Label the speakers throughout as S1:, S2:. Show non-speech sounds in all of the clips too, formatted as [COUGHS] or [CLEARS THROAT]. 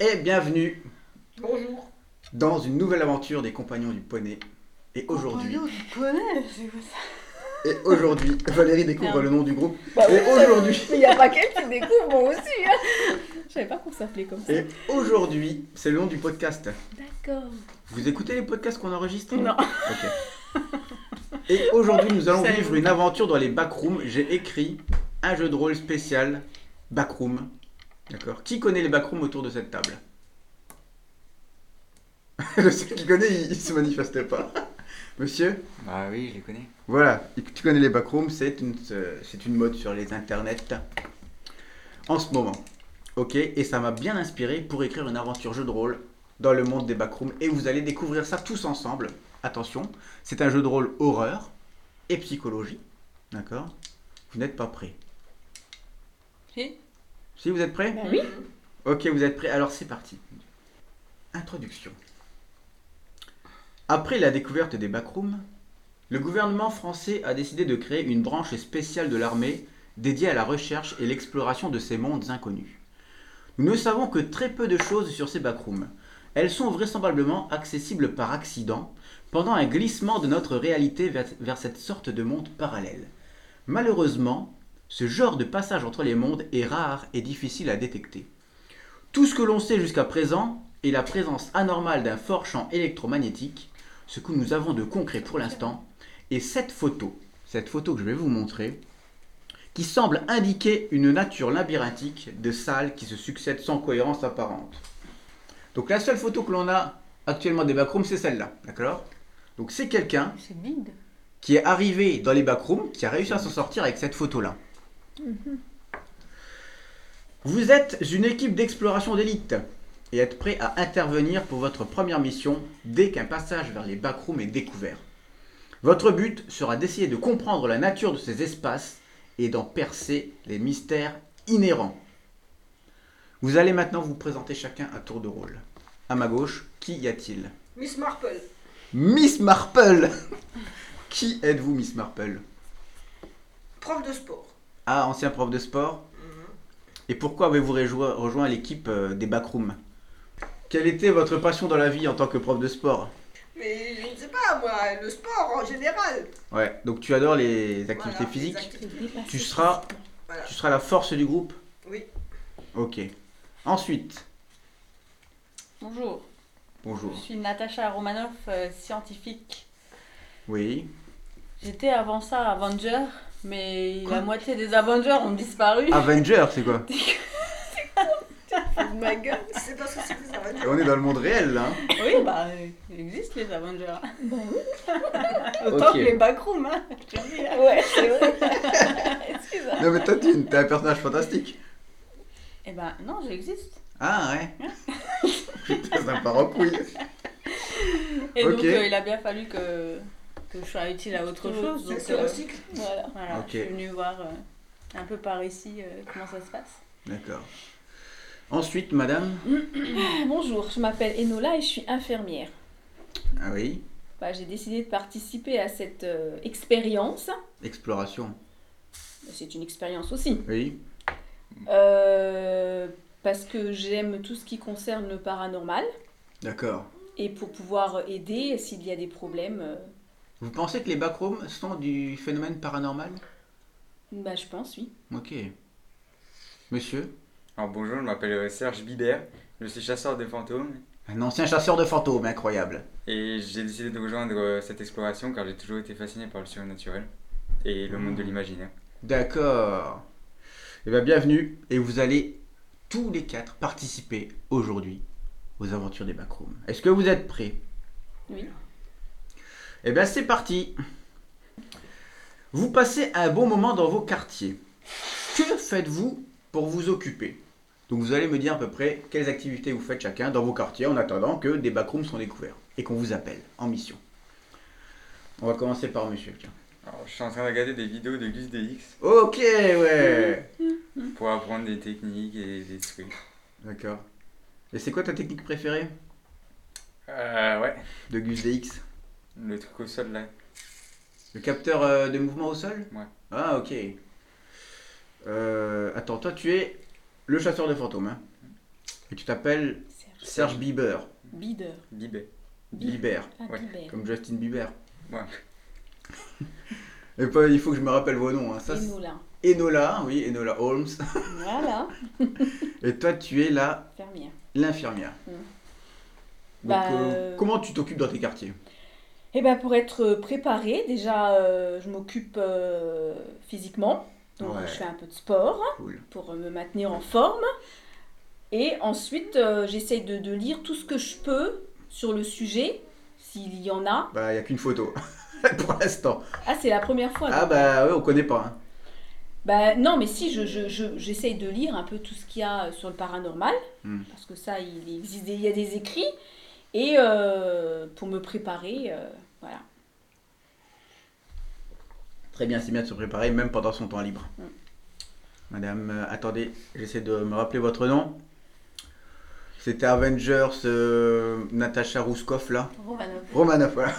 S1: et bienvenue
S2: Bonjour.
S1: dans une nouvelle aventure des Compagnons du Poney. Et aujourd'hui,
S3: Antonio, Oh, tu connais, c'est quoi ça
S1: et aujourd'hui, Valérie découvre le nom du groupe.
S2: Bah
S1: Et aujourd'hui,
S2: il n'y a pas qu'elle qui découvre, moi aussi. hein.
S3: Je savais pas qu'on s'appelait comme ça.
S1: et aujourd'hui, c'est le nom du podcast.
S3: D'accord.
S1: Vous écoutez les podcasts qu'on enregistre
S3: Non.
S1: Ok. Et aujourd'hui, nous allons
S3: Salut.
S1: vivre une aventure dans les backrooms. J'ai écrit un jeu de rôle spécial backroom. D'accord. Qui connaît les backrooms autour de cette table [LAUGHS] Je sais qui connaît, il, il se manifeste pas. Monsieur
S4: Bah oui, je les connais.
S1: Voilà, et tu connais les backrooms, c'est une, euh, c'est une mode sur les internets en ce moment. Ok, et ça m'a bien inspiré pour écrire une aventure jeu de rôle dans le monde des backrooms. Et vous allez découvrir ça tous ensemble. Attention, c'est un jeu de rôle horreur et psychologie. D'accord Vous n'êtes pas prêts.
S3: Si.
S1: Si, vous êtes
S5: Bah Ah
S1: prêts
S3: oui.
S1: Ok, vous êtes prêts Alors c'est parti. Introduction. Après la découverte des backrooms, le gouvernement français a décidé de créer une branche spéciale de l'armée dédiée à la recherche et l'exploration de ces mondes inconnus. Nous ne savons que très peu de choses sur ces backrooms. Elles sont vraisemblablement accessibles par accident, pendant un glissement de notre réalité vers, vers cette sorte de monde parallèle. Malheureusement, ce genre de passage entre les mondes est rare et difficile à détecter. Tout ce que l'on sait jusqu'à présent est la présence anormale d'un fort champ électromagnétique, ce que nous avons de concret pour l'instant, et cette photo, cette photo que je vais vous montrer, qui semble indiquer une nature labyrinthique de salles qui se succèdent sans cohérence apparente. Donc la seule photo que l'on a actuellement des backrooms, c'est celle-là, d'accord Donc c'est quelqu'un
S3: C'est vide.
S1: qui est arrivé dans les backrooms, qui a réussi à s'en sortir avec cette photo-là. Vous êtes une équipe d'exploration d'élite et êtes prêt à intervenir pour votre première mission dès qu'un passage vers les backrooms est découvert. Votre but sera d'essayer de comprendre la nature de ces espaces et d'en percer les mystères inhérents. Vous allez maintenant vous présenter chacun à tour de rôle. À ma gauche, qui y a-t-il
S2: Miss Marple.
S1: Miss Marple [LAUGHS] Qui êtes-vous, Miss Marple
S2: Prof de sport.
S1: Ah, ancien prof de sport. Et pourquoi avez-vous rejoint, rejoint l'équipe euh, des backrooms Quelle était votre passion dans la vie en tant que prof de sport
S2: Mais je ne sais pas, moi, le sport en général.
S1: Ouais, donc tu adores les activités
S2: Voilà, les
S1: physiques.
S2: activités physiques.
S1: Tu seras-
S2: Voilà.
S1: Tu seras la force du groupe
S2: Oui.
S1: Ok. Ensuite,
S3: Bonjour, je
S1: bonjour.
S3: suis Natacha Romanoff, euh, scientifique.
S1: Oui.
S3: J'étais avant ça Avenger, mais
S1: Quoi Ah.
S3: la moitié des Avengers ont disparu.
S1: [LAUGHS] Avenger, c'est quoi
S3: ma gueule.
S2: [LAUGHS] C'est parce que c'est des aventures.
S1: Et On est dans le monde réel, là. hein.
S3: [LAUGHS] Oui, bah, euh, il existe les Avengers. Autant
S1: Ok.
S3: que les backrooms, hein. je te dis, hein.
S2: Ouais, c'est vrai.
S5: [LAUGHS]
S3: Excuse-moi.
S1: Non, mais toi, tu es un personnage fantastique.
S3: Eh ben, non, j'existe.
S1: Ah, [LAUGHS] ouais. Putain, ça part en couille.
S3: Et
S1: Ok.
S3: donc, euh, il a bien fallu que, que je sois utile à autre chose.
S2: C'est
S3: Donc,
S2: ce
S3: euh,
S2: recycle.
S3: voilà, voilà.
S1: Ok.
S3: je suis venue voir euh, un peu par ici euh, comment ça se passe.
S1: D'accord. Ensuite, madame.
S5: Ah, Bonjour, je m'appelle Enola et je suis infirmière.
S1: Ah oui.
S5: Bah, j'ai décidé de participer à cette euh, expérience.
S1: Exploration.
S5: C'est une expérience aussi.
S1: Oui.
S5: Euh, parce que j'aime tout ce qui concerne le paranormal.
S1: D'accord.
S5: Et pour pouvoir aider s'il y a des problèmes, euh,
S1: Vous pensez que les backrooms sont du phénomène paranormal
S5: bah, je pense, oui.
S1: Ok. Monsieur
S4: Alors bonjour, je m'appelle euh, Serge Bider, je suis chasseur de fantômes
S1: Un ancien chasseur de fantômes, incroyable.
S4: et j'ai décidé de rejoindre euh, cette exploration car j'ai toujours été fasciné par le surnaturel et le monde de l'imaginaire.
S1: D'accord. Eh bien, bienvenue. Et vous allez tous les quatre participer aujourd'hui aux aventures des backrooms. Est-ce que vous êtes prêts
S5: Oui.
S1: Eh bien, c'est parti. Vous passez un bon moment dans vos quartiers. Que faites-vous pour vous occuper Donc, vous allez me dire à peu près quelles activités vous faites chacun dans vos quartiers en attendant que des backrooms soient découverts et qu'on vous appelle en mission. On va commencer par monsieur. tiens.
S4: Alors je suis en train de regarder des vidéos de Gus DX
S1: Ok, ouais.
S4: pour apprendre des techniques et des trucs.
S1: D'accord. Et c'est quoi ta technique préférée
S4: Euh ouais,
S1: de Gus DX
S4: le truc au sol là.
S1: Le capteur euh, de mouvement au sol
S4: Ouais.
S1: Ah, ok. Euh, attends, toi, tu es le chasseur de fantômes. hein. Et tu t'appelles
S5: C'est
S1: Serge Bieber,
S5: Bideur.
S4: Bibé.
S1: Bieber,
S5: Ah,
S4: Ouais.
S5: Bieber.
S1: comme Justin Bieber.
S4: Ouais.
S1: Et pas, il faut que je me rappelle vos noms. hein. Ça, c'est-
S5: Enola.
S1: Enola, oui, Enola Holmes.
S5: Voilà,
S1: Et toi, tu es la
S5: fermière.
S1: l'infirmière.
S5: Mm.
S1: Donc,
S5: Bah,
S1: euh,
S5: euh,
S1: comment tu t'occupes dans tes quartiers
S5: Et ben pour être préparée, déjà, euh, je m'occupe euh, physiquement. Donc,
S1: Ouais.
S5: je fais un peu de sport
S1: Cool.
S5: pour me maintenir en forme. Et ensuite, euh, j'essaye de, de lire tout ce que je peux sur le sujet, s'il y en a.
S1: Bah, il n'y a qu'une photo [LAUGHS] pour l'instant.
S5: Ah, c'est la première fois.
S1: Ah, bah, ouais, on connaît pas. hein.
S5: Bah, non, mais si, je, je- je- j'essaye de lire un peu tout ce qu'il y a euh, sur le paranormal,
S1: Hmm.
S5: parce que ça, il, existe des- il y a des écrits, et euh, pour me préparer, euh, voilà.
S1: Très bien, c'est bien de se préparer, même pendant son temps libre.
S5: Mm.
S1: Madame, euh, attendez, j'essaie de me rappeler votre nom. C'était Avengers, euh, Natasha Rouskoff, là.
S3: Romanoff.
S1: Romanoff, voilà.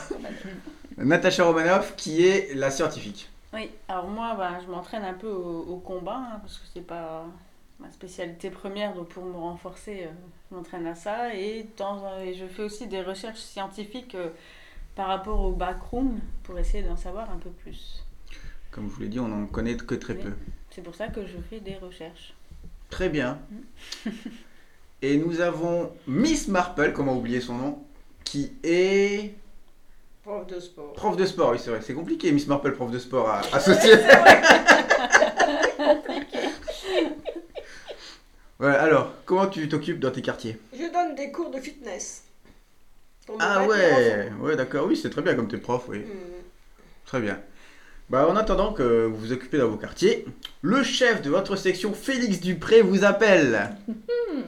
S1: Natasha Romanoff, qui est la scientifique.
S3: Oui, alors moi, bah, je m'entraîne un peu au, au combat, hein, parce que c'est pas ma spécialité première, donc pour me renforcer, euh, je m'entraîne à ça. Et, dans, un- et je fais aussi des recherches scientifiques euh, par rapport au backroom, pour essayer d'en savoir un peu plus.
S1: Comme je vous l'ai dit, on n'en connaît que très
S3: Oui.
S1: peu.
S3: C'est pour ça que je fais des recherches.
S1: Très bien. Et nous avons Miss Marple, comment oublier son nom, qui est
S2: Prof de sport.
S1: prof de sport. Oui, c'est vrai, c'est compliqué, Miss Marple, prof de sport à associer. [LAUGHS] Voilà, alors, comment tu t'occupes dans tes quartiers
S2: Je donne des cours de fitness. Pour me
S1: Ah
S2: battre
S1: ouais, ouais d'accord, oui, c'est très bien comme t'es prof, oui.
S2: les enfants. Hmm.
S1: Très bien. Bah, en attendant que vous vous occupez dans vos quartiers, le chef de votre section, Félix Dupré, vous appelle.
S5: Hmm.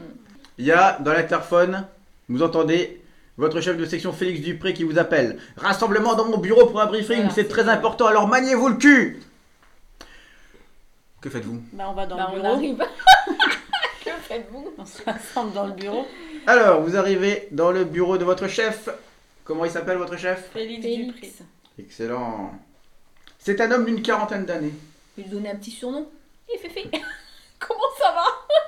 S1: Il y a dans l'interphone, vous entendez votre chef de section, Félix Dupré, qui vous appelle. Rassemblement dans mon bureau pour un briefing,
S5: Voilà,
S1: c'est
S5: c'est
S1: très
S5: ça.
S1: important, alors maniez-vous le cul Que faites-vous
S3: Bah, on va dans
S5: Bah,
S3: le
S5: on
S3: bureau, [LAUGHS]
S5: [LAUGHS]
S3: on,
S5: arrive. que faites-vous
S3: se rassemble dans le bureau.
S1: Alors, vous arrivez dans le bureau de votre chef. Comment il s'appelle votre chef
S3: Félix, Dupré.
S5: Félix.
S1: Excellent. C'est un homme d'une quarantaine d'années.
S5: Vous lui donnez un petit surnom Et Féfé [LAUGHS] Comment ça va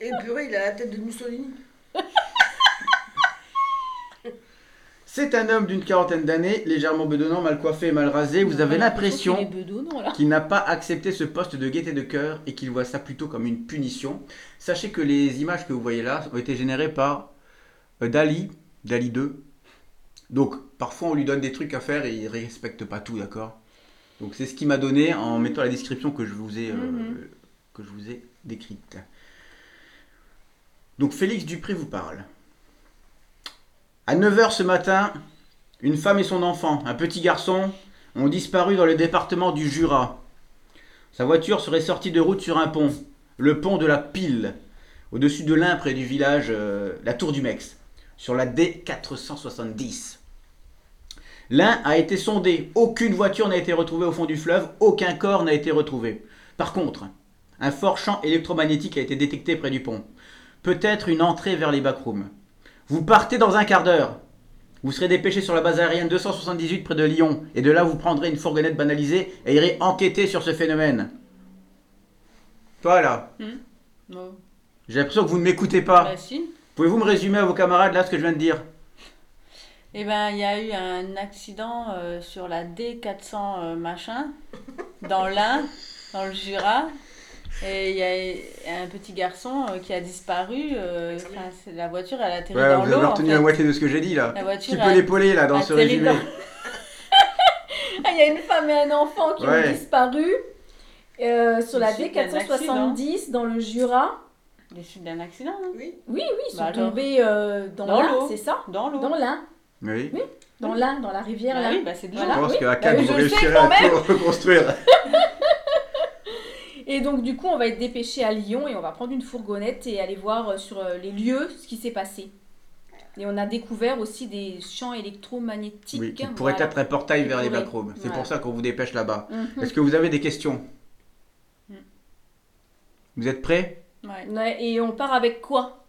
S2: Et purée, il a la tête de Mussolini.
S1: C'est un homme d'une quarantaine d'années, légèrement bedonnant, mal coiffé et mal rasé. Vous avez
S5: Il est
S1: l'impression
S5: bedonnant, là.
S1: qu'il n'a pas accepté ce poste de gaieté de cœur et qu'il voit ça plutôt comme une punition. Sachez que les images que vous voyez là ont été générées par euh, Dali, Dali 2. Donc parfois on lui donne des trucs à faire et il respecte pas tout, d'accord Donc c'est ce qui m'a donné en mettant la description que je vous ai, euh,
S3: Mhm.
S1: que je vous ai décrite. Donc Félix Dupré vous parle. À 9h ce matin, une femme et son enfant, un petit garçon, ont disparu dans le département du Jura. Sa voiture serait sortie de route sur un pont, le pont de la Pile, au-dessus de l'Ain près du village euh, La Tour du Mex, sur la D470. L'Ain a été sondé, aucune voiture n'a été retrouvée au fond du fleuve, aucun corps n'a été retrouvé. Par contre, un fort champ électromagnétique a été détecté près du pont. Peut-être une entrée vers les backrooms. Vous partez dans un quart d'heure. Vous serez dépêché sur la base aérienne 278 près de Lyon, et de là vous prendrez une fourgonnette banalisée et irez enquêter sur ce phénomène. Voilà.
S3: Non.
S1: J'ai l'impression que vous ne m'écoutez pas.
S3: Bah, si.
S1: Pouvez-vous me résumer à vos camarades là ce que je viens de dire
S3: Eh ben, il y a eu un accident euh, sur la D400 euh, machin, dans l'Ain, dans le Jura. Et il y a un petit garçon euh, qui a disparu. euh, enfin, c'est- la voiture, elle a atterri
S1: Ouais,
S3: dans
S1: vous
S3: l'eau.
S1: avez
S3: en
S1: retenu
S3: fait.
S1: la moitié de ce que j'ai dit là.
S3: La
S1: Qui
S3: voiture,
S1: peut
S3: a-
S1: l'épauler là dans ce
S3: atterri
S1: résumé
S5: Ah, il y a une femme et un enfant qui
S1: Ouais.
S5: ont disparu euh, sur la
S3: Ensuite, il y a un accident.
S5: D470 dans le Jura.
S3: des suites d'un accident, hein.
S2: Oui.
S5: Oui, ils sont
S3: Bah alors.
S5: tombés euh, dans,
S3: Dans
S5: l'Ain,
S3: l'eau.
S5: c'est ça
S3: dans l'eau.
S5: Dans l'Ain.
S1: Oui.
S5: Dans l'Ain, dans la rivière
S3: Bah
S5: l'Ain.
S3: oui, bah, c'est de l'eau.
S1: Je
S5: Voilà.
S1: pense
S5: oui.
S1: qu'à
S5: Bah,
S1: Cannes
S5: oui,
S1: vous
S5: je le sais
S1: réussirez
S5: quand
S1: à tout reconstruire.
S5: Et donc du coup, on va être dépêché à Lyon et on va prendre une fourgonnette et aller voir euh, sur euh, les lieux ce qui s'est passé. Et on a découvert aussi des champs électromagnétiques.
S1: Oui, qui pourrait
S5: Voilà.
S1: être un portail
S5: Qui
S1: vers les
S5: pourrait.
S1: backrooms. C'est pour
S5: Voilà.
S1: ça qu'on vous dépêche là-bas.
S5: Mhm.
S1: Est-ce que vous avez des questions
S3: Mm.
S1: Vous êtes prêts
S3: Ouais.
S5: Ouais, et on part avec quoi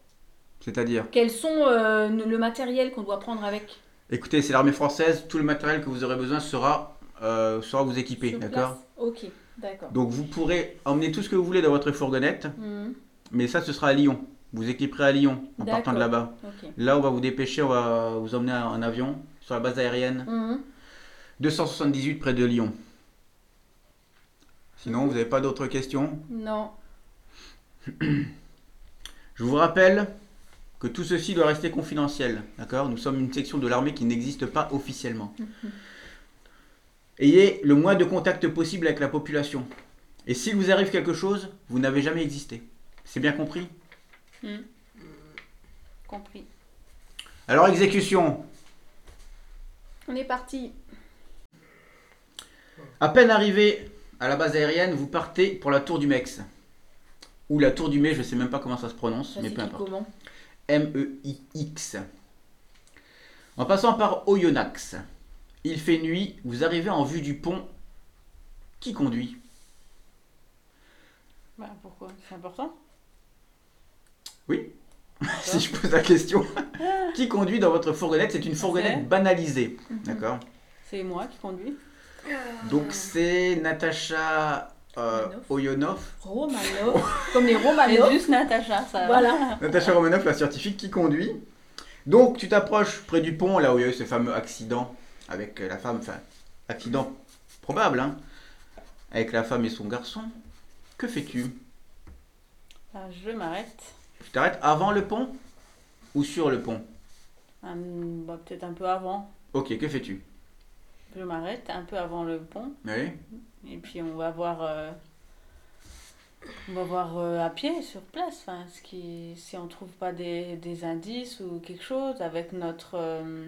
S1: C'est-à-dire
S5: Quels sont euh, le matériel qu'on doit prendre avec
S1: Écoutez, c'est l'armée française, tout le matériel que vous aurez besoin sera, euh, sera vous équipé,
S5: sur
S1: d'accord
S5: place Ok, d'accord.
S1: Donc vous pourrez emmener tout ce que vous voulez dans votre fourgonnette,
S5: Mhm.
S1: mais ça ce sera à Lyon. Vous équiperez à Lyon en
S5: D'accord.
S1: partant de là-bas.
S5: Ok.
S1: Là, on va vous dépêcher, on va vous emmener en avion sur la base aérienne
S5: Mhm.
S1: 278 près de Lyon. Sinon, vous n'avez pas d'autres questions
S5: Non.
S1: Je vous rappelle que tout ceci doit rester confidentiel, d'accord Nous sommes une section de l'armée qui n'existe pas officiellement. Ayez le moins de contact possible avec la population. Et s'il vous arrive quelque chose, vous n'avez jamais existé. C'est bien compris
S3: Compris.
S1: Alors exécution
S5: On est parti.
S1: À peine arrivé à la base aérienne, vous partez pour la tour du Mex. Ou la tour du Mai, je ne sais même pas comment ça se prononce,
S5: Ça
S1: mais peu
S5: s'écrit
S1: importe.
S5: comment
S1: M-E-I-X. E En passant par Oyonnax, il fait nuit, vous arrivez en vue du pont qui conduit.
S3: Bah, pourquoi C'est important
S1: si je pose la question, qui conduit dans votre fourgonnette C'est une
S3: C'est
S1: fourgonnette banalisée, d'accord
S3: C'est moi qui conduis.
S1: Donc c'est Natacha euh,
S5: Romanoff.
S1: Oyonov,
S5: Romanov. Comme les
S3: C'est
S5: Romanov.
S3: juste Natacha,
S2: Euh.
S3: ça.
S5: Voilà.
S1: Natacha Romanoff, la scientifique qui conduit. Donc tu t'approches près du pont, là où il y a eu ce fameux accident avec la femme, enfin accident probable, hein, avec la femme et son garçon. Que fais-tu
S3: Ah, je m'arrête.
S1: Tu t'arrêtes avant le pont ou sur le pont
S3: Ah, bah, Peut-être un peu avant.
S1: Ok, que fais-tu
S3: Je m'arrête un peu avant le pont.
S1: Oui.
S3: Et puis on va voir. euh, On va voir euh, à pied, sur place, enfin, ce qui, si on trouve pas des, des indices ou quelque chose avec notre euh,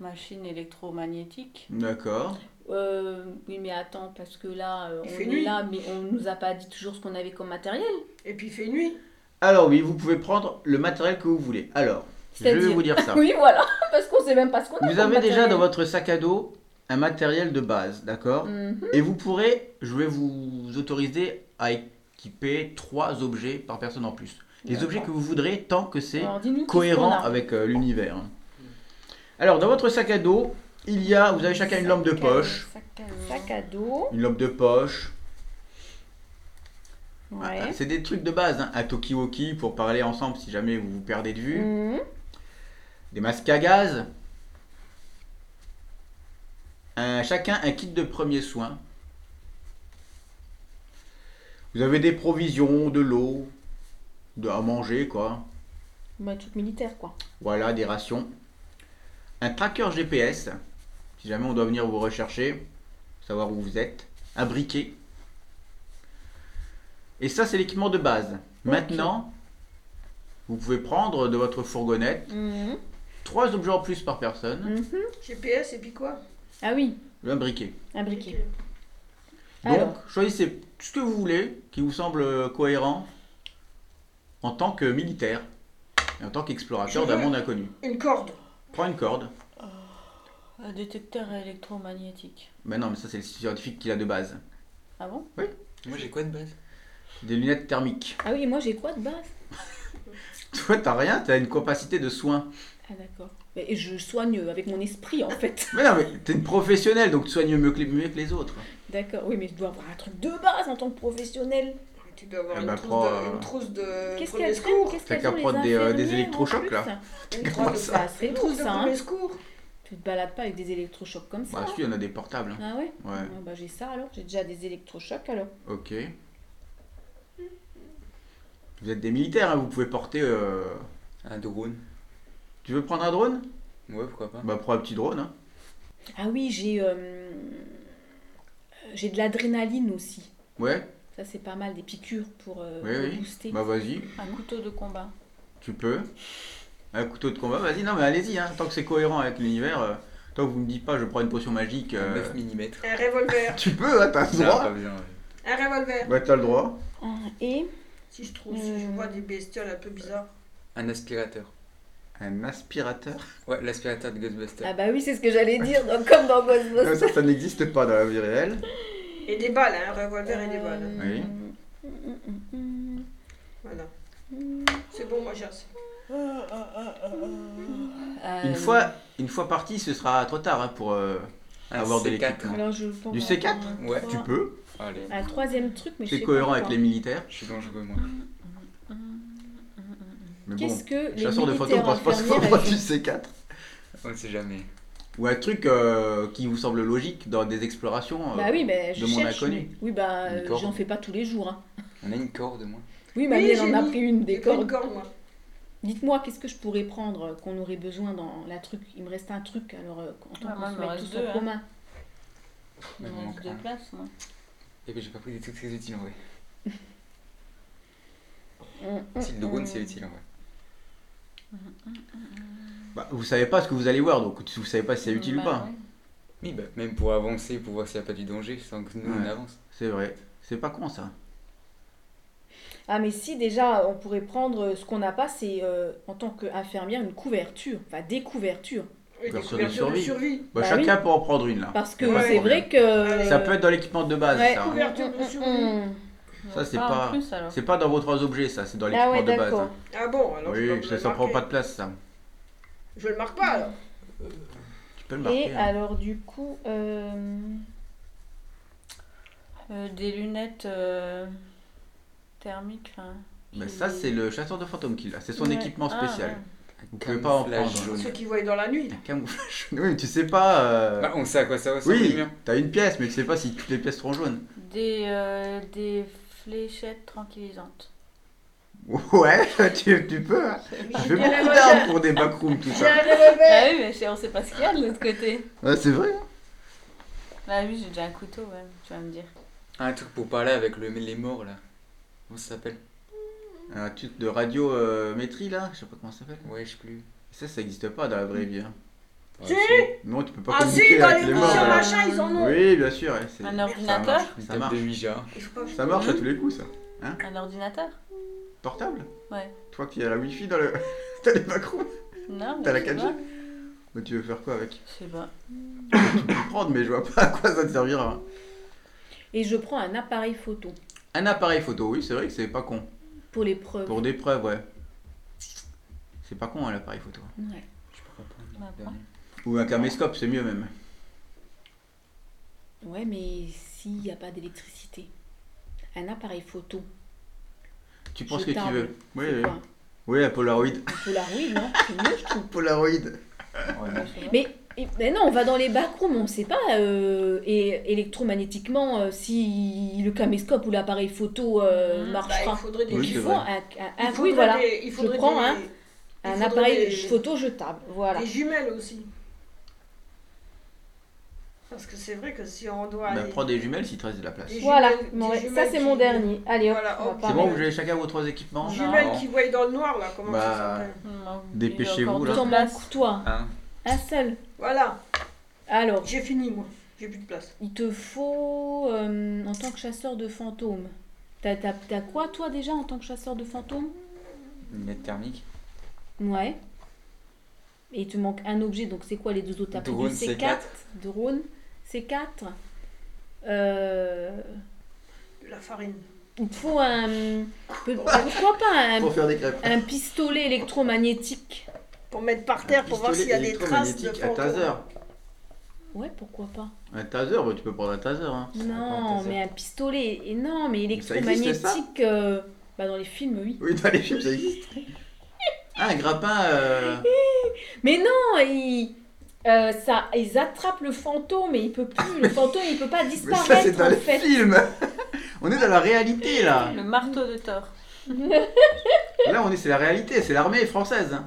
S3: machine électromagnétique.
S1: D'accord.
S5: Euh, oui, mais attends, parce que là, euh, on
S2: Il
S5: est
S2: fait nuit.
S5: là, mais on nous a pas dit toujours ce qu'on avait comme matériel.
S2: Et puis il fait nuit.
S1: Alors oui, vous pouvez prendre le matériel que vous voulez. Alors, je vais
S5: C'est-à-dire-
S1: vous dire
S5: [LAUGHS]
S1: ça.
S5: Oui, voilà, parce qu'on sait même pas ce qu'on a.
S1: Vous
S5: comme
S1: avez déjà
S5: matériel.
S1: dans votre sac à dos un matériel de base, d'accord
S5: Mhm.
S1: Et vous pourrez, je vais vous autoriser à équiper trois objets par personne en plus. Les
S5: D'accord.
S1: objets que vous voudrez tant que c'est
S5: Alors, dis-nous qu'est-ce
S1: cohérent
S5: qu'on a.
S1: avec euh, l'univers. Alors, dans votre sac à dos, il y a, vous avez chacun une lampe de poche,
S3: Sac à dos.
S5: Sac à dos.
S1: une lampe de poche,
S3: Ouais.
S1: Ah, C'est des trucs de base, hein. un Tokiwoki pour parler ensemble si jamais vous vous perdez de vue.
S5: Mhm.
S1: Des masques à gaz. Un- Euh, chacun un kit de premiers soins. Vous avez des provisions, de l'eau, de, à manger quoi.
S5: Bah, Un truc militaire, quoi.
S1: Voilà, des rations. Un tracker GPS, si jamais on doit venir vous rechercher, savoir où vous êtes. Un briquet. Et ça, c'est l'équipement de base. Maintenant, vous pouvez prendre de votre fourgonnette
S5: Mhm.
S1: trois objets en plus par personne,
S2: Mm.
S5: Mhm.
S2: GPS et puis quoi
S5: Ah oui,
S1: un briquet.
S5: un briquet.
S2: Ah
S1: Donc,
S5: Alors.
S1: choisissez ce que vous voulez qui vous semble euh, cohérent en tant que militaire et en tant qu'explorateur
S2: Je
S1: d'un
S2: veux-
S1: monde inconnu.
S2: Une corde.
S1: Prends une corde.
S3: Un détecteur électromagnétique.
S1: Mais non, mais ça, c'est le scientifique qu'il a de base.
S3: Ah bon
S6: Moi j'ai quoi de base
S1: Des lunettes thermiques. [LAUGHS]
S5: Ah oui, et moi j'ai quoi de base
S1: Toi, t'as rien, t'as une capacité de soin.
S5: Ah d'accord. Mais et je soigne avec mon esprit en fait. [LAUGHS]
S1: Mais non, mais t'es une professionnelle, donc tu soignes mieux que les, mieux que les autres.
S5: D'accord. Oui, mais je dois avoir un truc de base en tant que professionnel.
S2: Tu dois avoir
S1: Elle
S2: une,
S1: m'a
S2: trousse
S1: prend,
S2: de,
S1: euh,
S2: une trousse de
S5: Qu'est-ce
S2: premier
S5: qu'elle prend
S2: secours.
S5: Qu'est-ce
S1: T'as
S5: qu'elles
S1: qu'à
S5: ont, les
S1: prendre des, euh, des
S5: infirmières,
S1: électrochocs,
S5: en plus
S1: là.
S2: Une
S1: Comment
S2: trousse,
S1: ça
S5: Ça, c'est
S2: une
S5: bon
S2: trousse de
S5: ça. hein.
S2: premier secours.
S5: Tu te balades pas avec des électrochocs comme ça.
S1: Bah,
S5: hein.
S1: si, il y en a des portables.
S3: Mm.
S1: hein.
S5: Ah ouais.
S1: Ouais,
S5: Ah bah j'ai ça alors. J'ai déjà des électrochocs alors.
S1: ok. Vous êtes des militaires, hein, vous pouvez porter. euh,
S4: Un drone.
S1: Tu veux prendre un drone
S4: Ouais, pourquoi pas.
S1: Bah, prends un petit drone. hein.
S5: Ah oui, j'ai euh, j'ai de l'adrénaline aussi.
S1: Ouais,
S5: Ça c'est pas mal des piqûres pour, euh,
S1: Oui,
S5: pour
S1: oui.
S5: booster.
S1: bah, vas-y,
S3: Un couteau de combat.
S1: tu peux. Un couteau de combat, vas-y, non, mais allez-y, hein. tant que c'est cohérent avec l'univers, euh, tant que vous me dites pas je prends une potion magique. euh,
S6: 9 mm.
S2: Un revolver.
S1: Tu peux, hein, t'as le
S4: Ça, pas
S1: droit.
S4: besoin. ouais.
S2: un revolver.
S1: Bah, t'as le droit.
S5: Ah, et
S2: Si je trouve, si je vois des bestioles un peu bizarres.
S4: Un aspirateur.
S1: Un aspirateur.
S4: Ouais, l'aspirateur de Ghostbusters.
S5: ah bah oui, c'est ce que j'allais dire donc, comme dans Ghostbusters.
S1: Non, ça, ça n'existe pas dans la vie réelle.
S2: Et des balles, hein, un revolver
S5: Euh.
S2: et des balles.
S1: Oui.
S2: Voilà.
S5: Mm.
S2: C'est bon, moi j'ai assez.
S5: Euh,
S1: Une fois, une fois parti, ce sera trop tard hein, pour. euh,
S4: Un
S1: Avoir de
S4: C4.
S1: l'équipement.
S5: euh, Alors je pense
S1: Du
S5: à
S1: C4?
S5: un
S4: Ouais.
S5: trois-
S1: Tu peux.
S4: Allez,
S5: Un troisième truc, mais je
S1: C'est
S5: sais
S1: cohérent
S5: pas
S1: avec les
S5: encore.
S1: militaires.
S4: je suis dangereux, moi.
S1: Mais bon,
S5: Qu'est-ce que les
S1: chasseur de photos, on
S5: militaires
S1: pense pas se
S5: infirmières
S1: faire
S5: avaient-
S1: du C4.
S4: On ne sait jamais.
S1: Ou un truc euh, qui vous semble logique dans des explorations. euh,
S5: Bah oui, mais je
S1: de mon
S5: cherche.
S1: inconnu.
S5: mais- Oui, bah
S1: Une
S5: euh,
S1: corde.
S5: j'en fais pas tous les jours. hein.
S4: On a une corde au moins.
S5: Oui,
S2: Oui,
S5: Manuel
S2: j'ai
S5: en a
S2: mis-
S5: pris une des
S2: J'ai pris une
S5: cordes.
S2: corde, moi.
S5: Dites-moi, qu'est-ce que je pourrais prendre euh, qu'on aurait besoin dans la truc Il me reste un truc, alors euh, en tant
S3: Ah, moi,
S5: qu'on
S3: il
S5: se
S3: me
S5: met
S3: reste
S5: tous
S3: deux,
S5: en
S3: hein.
S5: commun.
S3: Il
S4: Ouais,
S3: me reste
S4: manque
S3: deux
S4: un.
S3: places, moi.
S4: Et puis j'ai pas pris des trucs très utiles en vrai.
S5: Mm, mm,
S4: Si le drone
S5: mm.
S4: c'est utile en vrai.
S1: bah, vous savez pas ce que vous allez voir, donc vous savez pas si c'est utile ou
S3: Bah,
S1: pas. hein
S3: ouais.
S4: Oui, bah, même pour avancer, pour voir s'il n'y a pas du danger, sans que nous on
S1: Ouais.
S4: avance.
S1: C'est vrai. C'est pas con ça.
S5: Ah, mais si, déjà, on pourrait prendre euh, ce qu'on n'a pas, c'est euh, en tant qu'infirmière une couverture, enfin des couvertures.
S2: Oui, des
S1: Personne de
S2: couvertures de
S1: survie.
S2: survie.
S1: Bah,
S5: Bah
S1: chacun peut en prendre une là.
S5: Parce que
S1: Ouais,
S5: c'est
S1: ouais.
S5: vrai que.
S1: Ça peut être dans l'équipement de base.
S5: Ouais,
S1: ça, hein.
S2: couvert. Couverture de
S5: Mm, mm,
S2: survie.
S5: mm.
S1: Ça, c'est
S3: Ah,
S1: pas-
S3: En plus, alors.
S1: C'est pas dans vos trois objets ça, c'est dans l'équipement
S5: Ah ouais,
S1: de base.
S5: d'accord.
S1: hein.
S2: Ah bon, alors je
S1: Oui,
S2: peux
S1: ça,
S2: le
S1: ça prend
S2: marquer.
S1: pas de place ça.
S2: Je le marque pas alors.
S1: Tu peux le
S5: Et
S1: marquer. hein.
S5: alors, du coup, euh,
S3: Euh, des lunettes euh, thermiques. enfin,
S1: Mais
S3: qui-
S1: ça, c'est le chasseur de fantômes qui l'a. C'est son
S5: Ouais.
S1: équipement
S3: euh, Ah,
S1: spécial.
S3: ouais.
S1: Vous pouvez pas en
S4: Camouflage
S1: prendre.
S4: jaune.
S2: Ceux qui voient dans la nuit.
S1: Un Camouflage. [LAUGHS] Oui, mais tu sais pas. euh,
S4: Bah, on sait à quoi ça ressemble.
S1: oui,
S4: les miens.
S1: t'as une pièce, mais tu sais pas si toutes les pièces seront jaunes. [LAUGHS]
S3: Des, euh, des fléchettes tranquillisantes.
S1: Ouais, tu, tu peux. hein. Tu fais
S2: dirais
S1: beaucoup
S2: moi,
S1: d'armes pour des backrooms, tout
S2: J'ai
S1: ça.
S2: un revolver.
S3: Ah oui, mais c'est- on sait pas ce qu'il y a de l'autre côté.
S1: Ouais, c'est vrai. hein.
S3: Bah oui, j'ai déjà un couteau, ouais, tu vas me dire.
S4: Un truc pour parler avec le, les morts là. Comment ça s'appelle
S1: Un truc de radiométrie, là, je sais pas comment ça s'appelle.
S4: Ouais, je sais plus.
S1: Ça, ça existe pas dans la vraie vie. hein.
S4: Ouais,
S2: Si
S4: c'est
S1: Non, tu peux pas
S2: Ah
S1: communiquer
S2: si, dans
S1: avec
S2: les
S1: les morts.
S3: couches
S2: missions
S3: là.
S1: là.
S2: machin, ils en ont.
S1: Oui, bien sûr. ouais, c'est-
S3: Un
S1: ça
S3: ordinateur
S1: marche,
S4: une
S1: Ça
S4: table
S1: marche.
S4: de Ouija.
S2: Ils sont pas-
S1: Ça marche à tous les coups, ça.
S3: Un ordinateur
S1: Portable
S3: Ouais.
S1: Toi qui as la wifi dans le. [LAUGHS] T'as les backrooms
S3: Non,
S1: T'as la
S3: mais je sais
S1: 4G
S3: pas.
S1: Mais tu veux faire quoi avec
S3: Je sais pas.
S1: Tu peux prendre, mais je vois pas à quoi ça te servira. hein.
S5: et je prends un appareil photo
S1: Un appareil photo, oui, c'est vrai que c'est pas con.
S5: pour les preuves.
S1: Pour des preuves, ouais. C'est pas con, hein, l'appareil photo.
S5: Ouais.
S4: Je peux pas prendre.
S3: Bah,
S4: le
S3: prends.
S4: dernier.
S1: Ou un caméscope, c'est mieux même.
S5: Ouais, mais s'il n'y a pas d'électricité, un appareil photo,
S1: Tu prends ce que tu
S5: Jetable.
S1: veux. Oui,
S5: c'est
S1: oui.
S5: quoi Un
S1: Oui, la Polaroid.
S5: Polaroid, non C'est mieux, je trouve.
S1: Polaroid. Ah.
S3: Je sais pas.
S5: Mais, et- mais non, on va dans les backrooms, on ne sait pas. euh, et électromagnétiquement, euh, si le caméscope ou l'appareil photo euh,
S3: Mhm.
S2: Bah,
S5: marchera.
S2: il faudrait des.
S5: Donc
S1: Oui,
S5: il
S1: c'est
S5: faut
S1: vrai.
S5: un, un- un-
S2: il
S5: Ah, oui,
S2: faudrait
S5: voilà,
S2: des- il faudrait
S5: prends
S2: des-
S5: un-
S2: il
S5: un
S2: faudrait
S5: appareil
S2: des-
S5: photo jetable. Voilà.
S2: Des jumelles aussi. Parce que c'est vrai que si on doit
S1: Bah,
S2: aller.
S1: prends des jumelles s'il te reste de la place.
S2: Des
S5: Voilà,
S2: jumelles- des
S5: Bon, ouais, ça
S2: jumelles
S5: c'est
S2: qui-
S5: mon dernier. Allez, hop,
S2: Voilà,
S5: on va
S2: hop.
S5: pas-
S1: C'est bon, vous avez chacun vos trois équipements
S2: Jumelles
S1: Non.
S2: qui voient dans le noir là, comment ça
S1: Bah,
S2: s'appelle
S3: Il m'en- il y a
S1: Dépêchez-vous,
S3: encore
S1: là.
S3: deux
S5: T'en
S3: places.
S5: manques, toi,
S4: Hein
S5: un seul.
S2: Voilà,
S5: Alors,
S2: j'ai fini moi. J'ai plus de place.
S5: il te faut, euh, en tant que chasseur de fantômes, t'as t'as- t'as quoi toi déjà en tant que chasseur de fantômes
S4: Une lunette thermique.
S5: Ouais. Et il te manque un objet, donc c'est quoi les deux autres T'as pris du
S4: Drone,
S5: C4,
S4: C4.
S5: drone, C4. Euh,
S2: De la farine.
S5: il te faut un. peut- Pourquoi pas un,
S1: Pour faire des crêpes.
S5: un pistolet électromagnétique
S2: Pour mettre par terre, pour voir s'il y a des traces de
S1: électromagnétique, Un taser.
S2: fantômes.
S5: Ouais, pourquoi pas
S1: Un taser, bah, tu peux prendre un taser. Hein.
S5: Non, mais un pistolet. Et non, mais
S1: ça existe,
S5: électromagnétique. euh, bah, dans les films, oui.
S1: Oui, dans les films, ça
S2: [LAUGHS]
S1: existe. Ah, un grappin. euh,
S5: Mais non, ils, euh, ça, ils attrapent le fantôme, mais il peut plus. Le fantôme, il peut pas
S1: [LAUGHS] Mais ça, c'est
S5: disparaître
S1: dans
S5: en
S1: les
S5: fait.
S1: films. [LAUGHS] On est dans la réalité, là.
S3: Le marteau de Thor.
S1: Là, on est, c'est la réalité, c'est l'armée française. hein.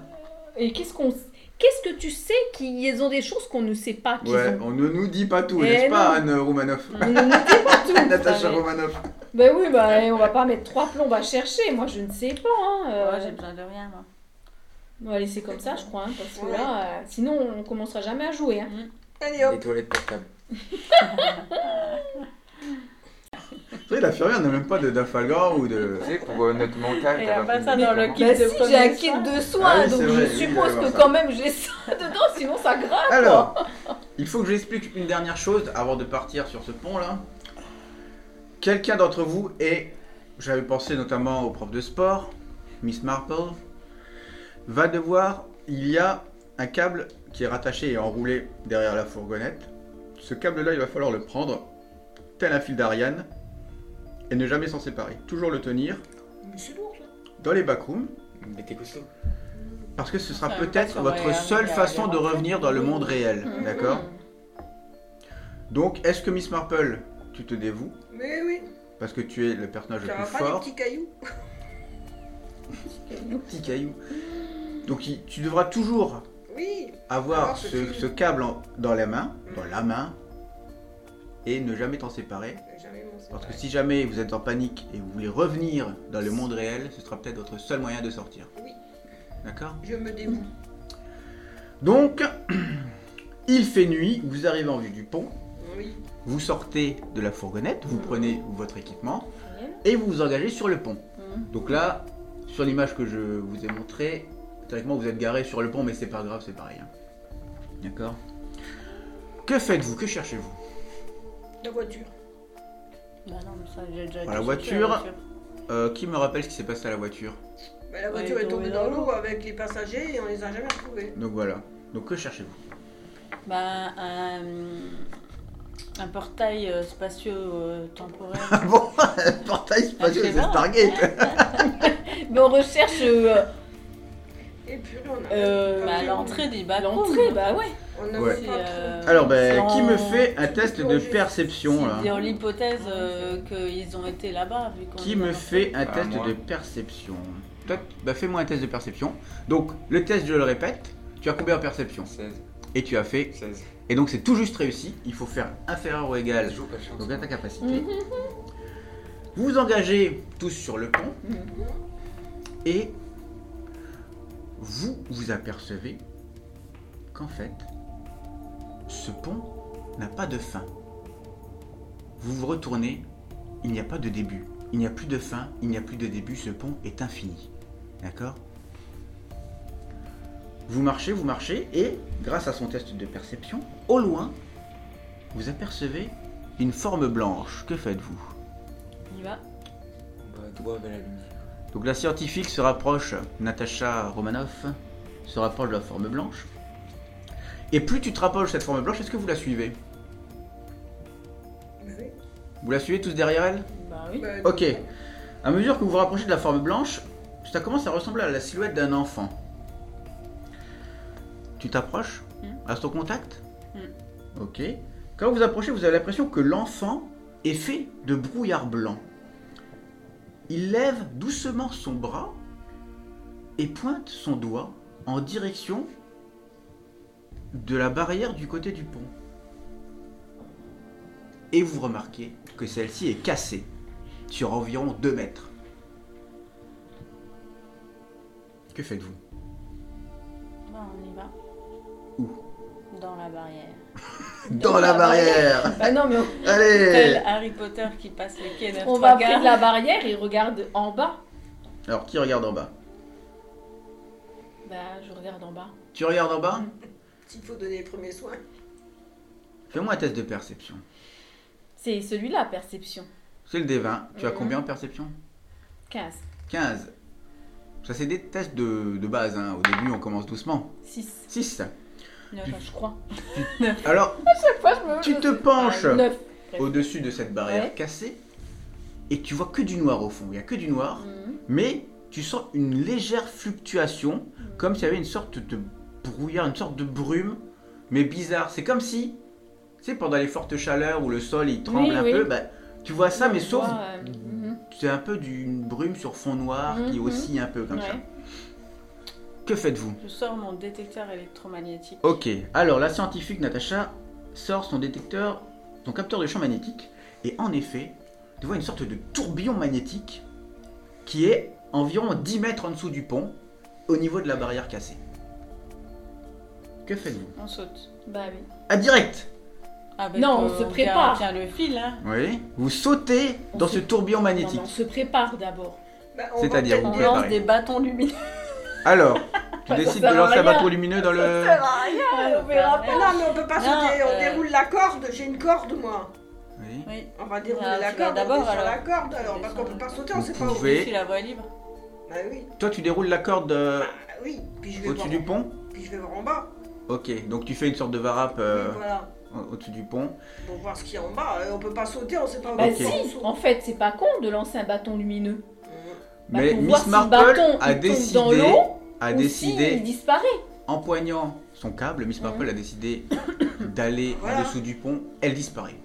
S5: Et qu'est-ce qu'on qu'est-ce que tu sais qu'ils ont des choses qu'on ne sait pas qu'ils
S1: Ouais,
S5: ont
S1: on ne nous dit pas tout,
S5: Eh
S1: n'est-ce pas,
S5: non.
S1: Anne
S3: Mm.
S1: Romanoff
S5: On ne nous dit pas tout.
S1: [LAUGHS] Natacha
S3: savez.
S1: Romanoff.
S5: Ben oui, ben on va pas mettre trois plombs à chercher. Moi, je ne sais pas. Hein. euh.
S3: Moi, j'ai besoin de rien, moi.
S5: On va laisser comme ça, je crois, hein, parce que
S2: Ouais.
S5: là, euh, sinon, on commencera jamais à jouer. hein.
S2: Allez hop.
S4: Des toilettes portables.
S1: Tu sais, la furie, on n'a même pas de d'Afalgar ou de.
S4: Tu sais, pour euh, notre mental.
S3: Et
S4: t'as
S3: y a pas
S4: compris
S3: ça dans le
S4: comment.
S3: kit.
S5: Bah
S3: de
S5: si,
S3: premier
S5: j'ai un
S3: soin.
S5: kit de soin,
S1: Ah oui,
S5: donc
S1: c'est
S5: je
S1: vrai, oui,
S5: suppose
S1: d'avoir
S5: que
S1: ça.
S5: quand même j'ai ça [LAUGHS] dedans, sinon ça grave.
S1: Alors, il faut que j'explique une dernière chose avant de partir sur ce pont-là. Quelqu'un d'entre vous est, j'avais pensé notamment au prof de sport, Miss Marple, va devoir, il y a un câble qui est rattaché et enroulé derrière la fourgonnette. Ce câble-là, il va falloir le prendre, tel un fil d'Ariane, et ne jamais s'en séparer. Toujours le tenir
S2: Mais c'est lourd ça.
S1: dans les backrooms,
S4: Mais t'es costaud.
S1: Parce que ce sera
S3: Ça veut pas euh,
S1: peut-être
S3: dire
S1: votre
S3: réel,
S1: seule
S3: mais
S1: façon de
S3: réel.
S1: revenir dans le monde réel,
S3: Mm-hmm.
S5: Mhm.
S1: d'accord Donc, est-ce que Miss Marple, tu te dévoues
S2: Mais oui,
S1: Parce que tu es le personnage
S2: tu
S1: le plus
S2: n'auras pas des
S1: fort,
S2: petits cailloux.
S1: petit caillou. Donc, il- tu devras toujours
S2: Oui,
S1: avoir
S2: Alors,
S1: ce,
S2: c'est-
S1: ce câble en- dans la main,
S2: Mhm.
S1: dans la main, et ne jamais t'en séparer.
S2: jamais mon
S1: Parce que si jamais vous êtes en panique et vous voulez revenir dans le monde réel, ce sera peut-être votre seul moyen de sortir.
S2: Oui.
S1: D'accord
S2: Je me dévoue.
S1: Donc, [CLEARS THROAT] il fait nuit, vous arrivez en vue du pont,
S2: Oui.
S1: vous sortez de la fourgonnette, vous prenez votre équipement
S5: Génial.
S1: et vous vous engagez sur le pont.
S5: Mhm.
S1: Donc là, sur l'image que je vous ai montrée, théoriquement vous êtes garé sur le pont, mais c'est pas grave, c'est pareil. hein. D'accord Que faites-vous Que cherchez-vous
S2: La voiture.
S3: Bah non, mais ça, j'ai déjà
S1: Voilà,
S3: été
S1: voiture.
S3: chercher
S1: Euh, Qui me rappelle ce qui s'est passé à la voiture
S2: Bah, la
S3: Ouais,
S2: voiture est tombée dans
S3: l'eau.
S2: l'eau avec les passagers et on les a jamais retrouvés.
S1: Donc voilà. Donc que cherchez-vous
S3: Bah, un, un portail euh, spatio-temporel.
S1: [LAUGHS]
S3: [LAUGHS]
S1: Bon, portail spatial,
S3: Je sais
S1: c'est
S3: pas.
S1: Stargate
S5: Mais on recherche euh,
S2: Et puis on a.
S3: euh, bah, à
S2: Pas
S3: l'entrée euh, des bas
S5: l'entrée, bah ouais.
S2: On ne
S1: Ouais.
S2: veut pas trop.
S1: Alors, ben, qui me
S3: Sans-
S1: fait un test de
S2: C'est
S1: perception Oh là
S3: Dans l'hypothèse euh, qu'ils ont été là-bas, vu qu'on
S1: Qui
S3: est
S1: me
S3: dans-
S1: fait un
S4: Bah,
S1: test
S4: moi.
S1: de perception Toi, t- bah, fais-moi un test de perception. Donc, le test, je le répète, tu as combien en perception
S4: 16.
S1: Et tu as fait.
S4: 16.
S1: Et donc, c'est tout juste réussi. Il faut faire inférieur ou égal.
S4: Je joue pas chance.
S1: Donc, à ta capacité. Vous vous engagez tous sur le pont et vous vous apercevez qu'en fait, ce pont n'a pas de fin. Vous vous retournez, il n'y a pas de début. Il n'y a plus de fin, il n'y a plus de début, ce pont est infini. D'accord Vous marchez, vous marchez, et grâce à son test de perception, au loin, vous apercevez une forme blanche. Que faites-vous
S5: Il va.
S4: Bah, droit vers la lumière.
S1: Donc la scientifique se rapproche, Natacha Romanoff se rapproche de la forme blanche. Et plus tu te rapproches de cette forme blanche, est-ce que vous la suivez
S2: Bah Oui.
S1: Vous la suivez tous derrière elle
S5: Bah oui.
S2: Bah,
S1: Ok.
S2: donc,
S1: À mesure que vous vous rapprochez de la forme blanche, ça commence à ressembler à la silhouette d'un enfant. Tu t'approches
S3: Mm.
S1: Reste au contact
S3: Mm.
S1: Ok. Quand vous vous approchez, vous avez l'impression que l'enfant est fait de brouillard blanc. Il lève doucement son bras et pointe son doigt en direction de la barrière du côté du pont. Et vous remarquez que celle-ci est cassée sur environ 2 mètres. Que faites-vous
S3: Bah, on y va.
S1: Où
S3: Dans la barrière.
S1: Dans,
S5: la
S1: la barrière
S5: Bah non, mais on,
S1: Allez
S3: Tel Harry Potter qui passe les quais
S5: on va près de la barrière et regarde en bas.
S1: Alors, qui regarde en bas
S5: Bah je regarde en bas.
S1: Tu regardes en bas
S2: S'il faut donner les premiers soins.
S1: Fais-moi un test de perception.
S5: C'est celui-là, perception.
S1: C'est le D20. Tu as
S5: Mhm.
S1: combien en perception
S5: 15,
S1: 15. Ça, c'est des tests de, de base. hein. Au début, on commence doucement.
S5: 6,
S1: 6.
S5: je crois.
S1: Alors,
S5: Moi, je me-
S1: Tu
S5: je
S1: te
S5: sais
S1: penches.
S5: pas, neuf.
S1: au-dessus de cette barrière
S5: Ouais.
S1: cassée, et tu vois que du noir au fond. Il n'y a que du noir.
S5: Mhm.
S1: mais tu sens une légère fluctuation, comme s'il y avait une sorte de brouillard, une sorte de brume, mais bizarre. C'est comme si, tu sais, pendant les fortes chaleurs où le sol il tremble
S5: Oui,
S1: un
S5: oui.
S1: peu, bah, tu vois ça, mais
S5: Je
S1: sauf
S5: vois, euh, mhm.
S1: c'est un peu d'une brume sur fond noir qui
S5: Mhm.
S1: oscille un peu comme ça.
S5: Ouais.
S1: Que faites-vous
S3: Je sors mon détecteur électromagnétique.
S1: Ok, alors la scientifique Natacha sort son détecteur, son capteur de champ magnétique, et en effet, tu vois une sorte de tourbillon magnétique qui est environ 10 mètres en dessous du pont, au niveau de la barrière cassée. Que faites-vous
S3: On saute.
S5: Bah oui.
S1: À direct
S3: Avec,
S5: Non, on se
S3: tient-
S5: prépare.
S3: On tient le fil, hein.
S1: Oui. Vous sautez
S5: On
S1: dans
S5: saute.
S1: ce tourbillon
S5: Non, mais
S1: magnétique.
S5: on se prépare d'abord.
S2: Bah, on
S1: C'est-à-dire,
S2: va
S1: vous
S3: On
S2: peut-être-
S1: préparez.
S3: lance des bâtons lumineux.
S1: Alors, tu
S5: [LAUGHS] Ça
S1: décides
S5: sert
S1: de
S5: à
S1: lancer un
S5: rien.
S1: bâton lumineux dans le...
S5: on verra
S2: Ah non, mais on peut pas
S3: Non,
S2: sauter. On
S3: euh,
S2: déroule la corde. J'ai une corde, moi.
S1: Oui.
S3: Oui.
S2: On va dérouler
S3: Ah,
S2: la
S3: tu vas
S2: corde.
S3: d'abord,
S2: on est sur
S3: alors.
S2: la corde. Alors,
S3: Tu
S2: parce qu'on peut pas sauter, on
S1: Vous
S2: sait pas où.
S1: pouvez- Oui.
S3: Si la voie est libre.
S2: Bah oui.
S1: Toi, tu déroules la corde euh,
S2: Bah oui. Puis je vais voir.
S1: au-dessus du pont
S2: Puis je vais voir en bas.
S1: Ok, donc tu fais une sorte de varap euh,
S2: Voilà.
S1: au- au-dessus du pont.
S2: Pour voir ce qu'il y a en bas. Euh, On peut pas sauter, on sait pas où.
S5: Bah
S1: Ok.
S5: si, en fait, c'est pas con de lancer un bâton lumineux.
S2: Mmh.
S5: Bah,
S1: Mais
S5: pour voir
S1: Miss
S5: si le
S1: Marple
S5: bâton,
S1: a
S5: il tombe dans
S1: décidé,
S5: l'eau,
S1: a
S5: Ou
S1: décidé,
S5: s'il disparaît.
S1: empoignant son câble, Miss Marple a
S5: [COUGHS]
S1: décidé d'aller en
S2: Voilà.
S1: dessous du pont. Elle disparaît.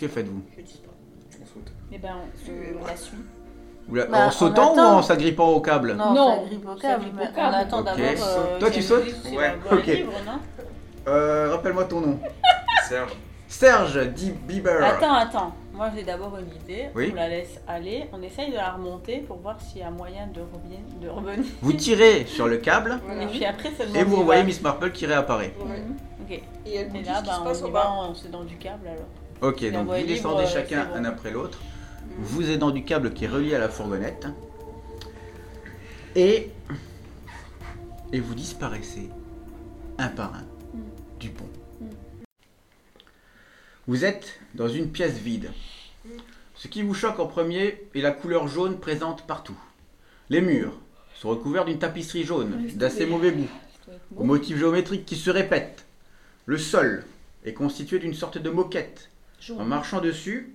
S1: Que faites-vous
S2: Je dis pas.
S4: On saute.
S5: Et ben, on, on la suit.
S1: Vous la-
S3: Bah,
S1: En
S3: on
S1: sautant ou
S3: attend.
S1: en s'agrippant au câble
S3: Non,
S5: Non,
S3: ça grippe au
S5: ça
S3: câble,
S5: grippe
S3: mais
S5: au
S3: on
S5: câble.
S3: attend
S1: Ok.
S3: d'abord. euh,
S1: Toi, tu
S3: qu'elle
S1: sautes
S3: nous dise si
S4: Ouais.
S3: elle boit
S1: Ok.
S3: un livre, non
S1: Euh, Rappelle-moi ton nom.
S4: Serge,
S1: Serge D. Bieber.
S3: Attends, attends. Moi, j'ai d'abord une idée.
S1: Oui.
S3: On la laisse aller. On essaye de la remonter pour voir s'il y a moyen de, revien- de revenir.
S1: Vous tirez sur le câble
S2: Voilà.
S3: Et puis après, seulement.
S1: et
S3: on
S1: vous
S3: y va.
S1: revoyez Miss Marple qui réapparaît.
S2: Ouais.
S5: Mhm.
S3: Ok.
S2: Et elle
S3: Et
S2: me dit
S3: là,
S2: ce qui
S3: bah,
S2: se passe
S3: on
S2: en
S3: y va,
S2: bas.
S3: on se dans du câble alors.
S1: Ok,
S3: Et on
S1: donc
S3: voit
S1: vous
S3: libre,
S1: descendez
S3: euh,
S1: chacun
S3: c'est bon. Mhm.
S1: un après l'autre, vous aidant du câble qui est relié à la fourgonnette, et, et vous disparaissez un par un
S3: Mhm.
S5: Mm.
S1: du pont.
S5: Mm.
S1: Vous êtes dans une pièce vide. Ce qui vous choque en premier est la couleur jaune présente partout. Les murs sont recouverts d'une tapisserie jaune
S5: Oui,
S1: d'assez
S5: c'est-
S1: mauvais goût
S5: Ça doit être
S1: aux
S5: beau.
S1: motifs géométriques qui se répètent. Le sol est constitué d'une sorte de moquette.
S5: Jour.
S1: En marchant dessus,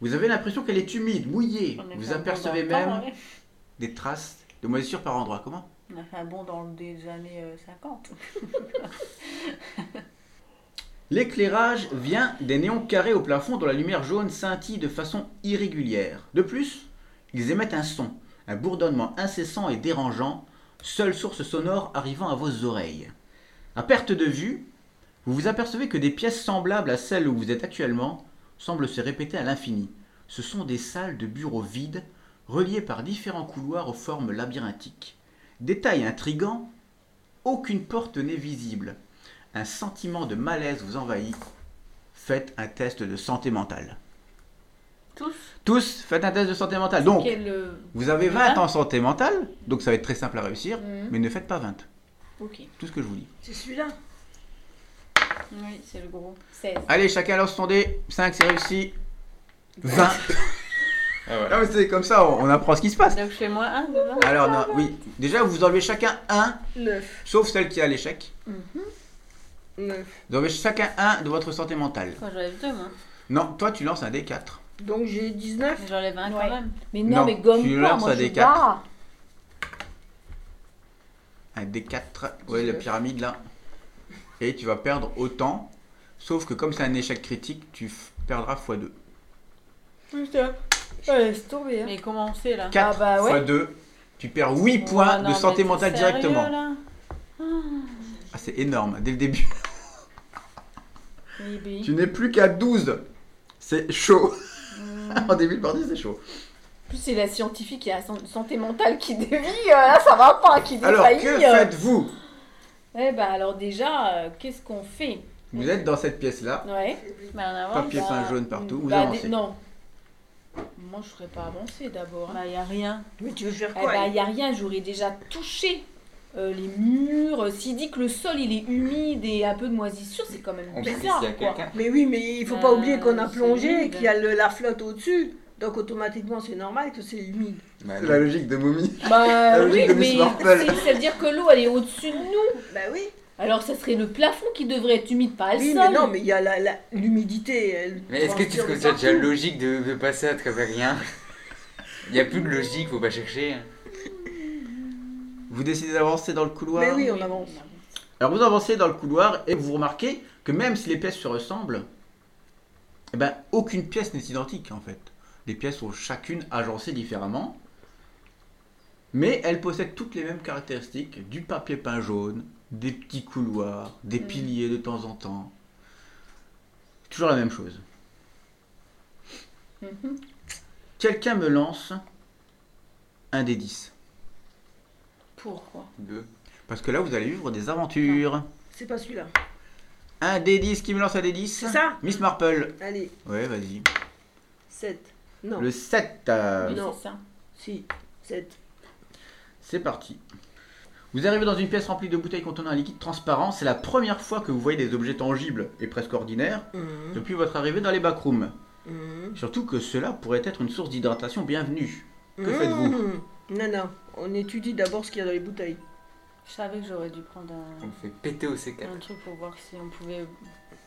S1: vous avez l'impression qu'elle est humide, mouillée.
S3: On a fait
S1: Vous
S3: un bond
S1: apercevez
S3: dans le
S1: même
S3: temps, ouais.
S1: des traces de moisissure par endroit. Comment
S3: On a fait un bond dans les années euh, 50.
S1: L'éclairage vient des néons carrés au plafond dont la lumière jaune scintille de façon irrégulière. De plus, ils émettent un son, un bourdonnement incessant et dérangeant, seule source sonore arrivant à vos oreilles. À perte de vue, vous vous apercevez que des pièces semblables à celles où vous êtes actuellement semblent se répéter à l'infini. Ce sont des salles de bureaux vides, reliées par différents couloirs aux formes labyrinthiques. Détail intrigant, aucune porte n'est visible. Un sentiment de malaise vous envahit. Faites un test de santé mentale.
S3: Tous
S1: Tous, faites un test de santé mentale. Donc,
S5: Quel, euh,
S1: vous avez 20
S3: Voilà.
S1: en santé mentale, donc ça va être très simple à réussir,
S5: Mhm.
S1: mais ne faites pas 20.
S5: Ok.
S1: Tout ce que je vous dis.
S2: C'est celui-là.
S3: Oui, c'est le gros.
S5: 16.
S1: Allez, chacun lance son dé. 5, c'est réussi. 20.
S4: Ah voilà.
S1: Ah, mais c'est comme ça, on, on apprend ce qui se passe.
S3: Ah, Donc chez moi, un, dedans.
S1: Alors, non, oui. Déjà, vous enlevez chacun un,
S2: 9.
S1: sauf celle qui a l'échec.
S2: 9.
S1: Vous enlevez chacun un de votre santé mentale.
S3: Quand j'enlève deux, moi.
S1: Non, toi, tu lances un dé 4.
S2: Donc j'ai 19.
S3: Mais J'enlève un
S5: Ouais.
S3: quand même.
S5: Mais non,
S1: Non,
S5: mais gomme
S1: tu
S5: pas,
S1: lances
S5: moi
S1: à
S5: je
S1: des
S5: vais
S1: quatre.
S5: pas.
S1: Un dé 4. Ouais, la
S2: Dix-neuf.
S1: pyramide là. Et tu vas perdre autant. Sauf que comme c'est un échec critique, tu f- perdras x2.
S5: Putain. Ah, laisse tomber. hein.
S3: Mais comment on sait là
S1: 4
S5: bah ouais.
S1: x 2, tu perds 8 points
S3: Oh, non,
S1: de santé
S3: mais
S1: mentale
S3: t'es sérieux,
S1: directement.
S3: là
S1: Ah, c'est énorme, dès le
S3: [LAUGHS]
S1: début.
S5: Oui, oui.
S1: Tu n'es plus qu'à 12. C'est chaud.
S3: Hmm.
S1: [LAUGHS] en début de partie, c'est chaud.
S5: En plus, c'est la scientifique et la san- santé mentale qui dévie. euh, Là, ça va pas, qui
S1: Alors,
S5: défaillit.
S1: que
S5: euh.
S1: faites-vous
S5: Eh ben, alors déjà, euh, qu'est-ce qu'on fait
S1: Vous êtes dans cette pièce-là.
S5: Ouais.
S3: Mais en avant,
S1: Papier
S3: bah,
S1: peint jaune partout. Vous
S5: Bah,
S1: avancez.
S5: dé- Non. Moi, je ferais pas avancer d'abord. hein.
S3: Bah, y a rien.
S2: Mais tu veux faire
S5: Eh
S2: quoi
S3: bah,
S5: ben,
S2: elle
S5: il y a rien, j'aurais déjà touché euh, les murs. S'il dit que le sol, il est humide et un peu de moisissure, c'est quand même
S4: On sait s'il y
S5: bizarre,
S4: a
S5: quoi.
S4: quelqu'un.
S2: Mais oui, mais il faut
S3: Euh,
S2: pas oublier qu'on a
S3: c'est
S2: plongé,
S3: humide.
S2: qu'il y a le- la flotte au-dessus. Donc automatiquement, c'est normal que c'est humide.
S4: Bah,
S1: C'est la logique de momie.
S5: Bah
S1: La logique
S5: oui,
S1: de Ah Miss
S5: mais
S1: Marple.
S5: c'est- ça veut dire que l'eau, elle est au-dessus de nous.
S2: Bah oui.
S5: Alors, ça serait le plafond qui devrait être humide, pas le
S2: Oui,
S5: sol.
S2: mais non, mais il y a la- la- l'humidité. elle
S4: Mais est-ce que tu
S2: transpire
S4: trouves
S2: de
S4: ça déjà
S2: partout.
S4: logique de, de passer à travers rien Il y a plus de logique, faut pas chercher. hein.
S1: Vous décidez d'avancer dans le couloir.
S2: Mais oui, on avance.
S1: Alors vous avancez dans le couloir et vous remarquez que même si les pièces se ressemblent, eh ben, aucune pièce n'est identique en fait. Les pièces sont chacune agencées différemment, mais elles possèdent toutes les mêmes caractéristiques, du papier peint jaune, des petits couloirs, des
S5: Mhm.
S1: piliers de temps en temps. C'est Toujours la même chose.
S5: Mhm.
S1: Quelqu'un me lance un des 10.
S3: Pourquoi
S4: Deux.
S1: Parce que là, vous allez vivre des aventures.
S2: C'est pas celui-là.
S1: Un des 10 qui me lance un des 10.
S2: C'est ça
S1: Miss Marple.
S2: Allez,
S1: Ouais, vas-y.
S2: 7. Non.
S1: Le 7. euh,
S5: Oui,
S2: Non.
S5: c'est ça.
S2: Si, 7.
S1: C'est parti. Vous arrivez dans une pièce remplie de bouteilles contenant un liquide transparent. C'est la première fois que vous voyez des objets tangibles et presque ordinaires
S2: Hum,
S1: depuis votre arrivée dans les backrooms. Surtout que cela pourrait être une source d'hydratation bienvenue. Que faites-vous
S2: hum. Non, non. On étudie d'abord ce qu'il y a dans les bouteilles.
S3: Je savais que j'aurais dû prendre
S4: On
S3: un,
S4: fait péter au C4.
S1: [LAUGHS]
S3: un truc pour voir si on pouvait.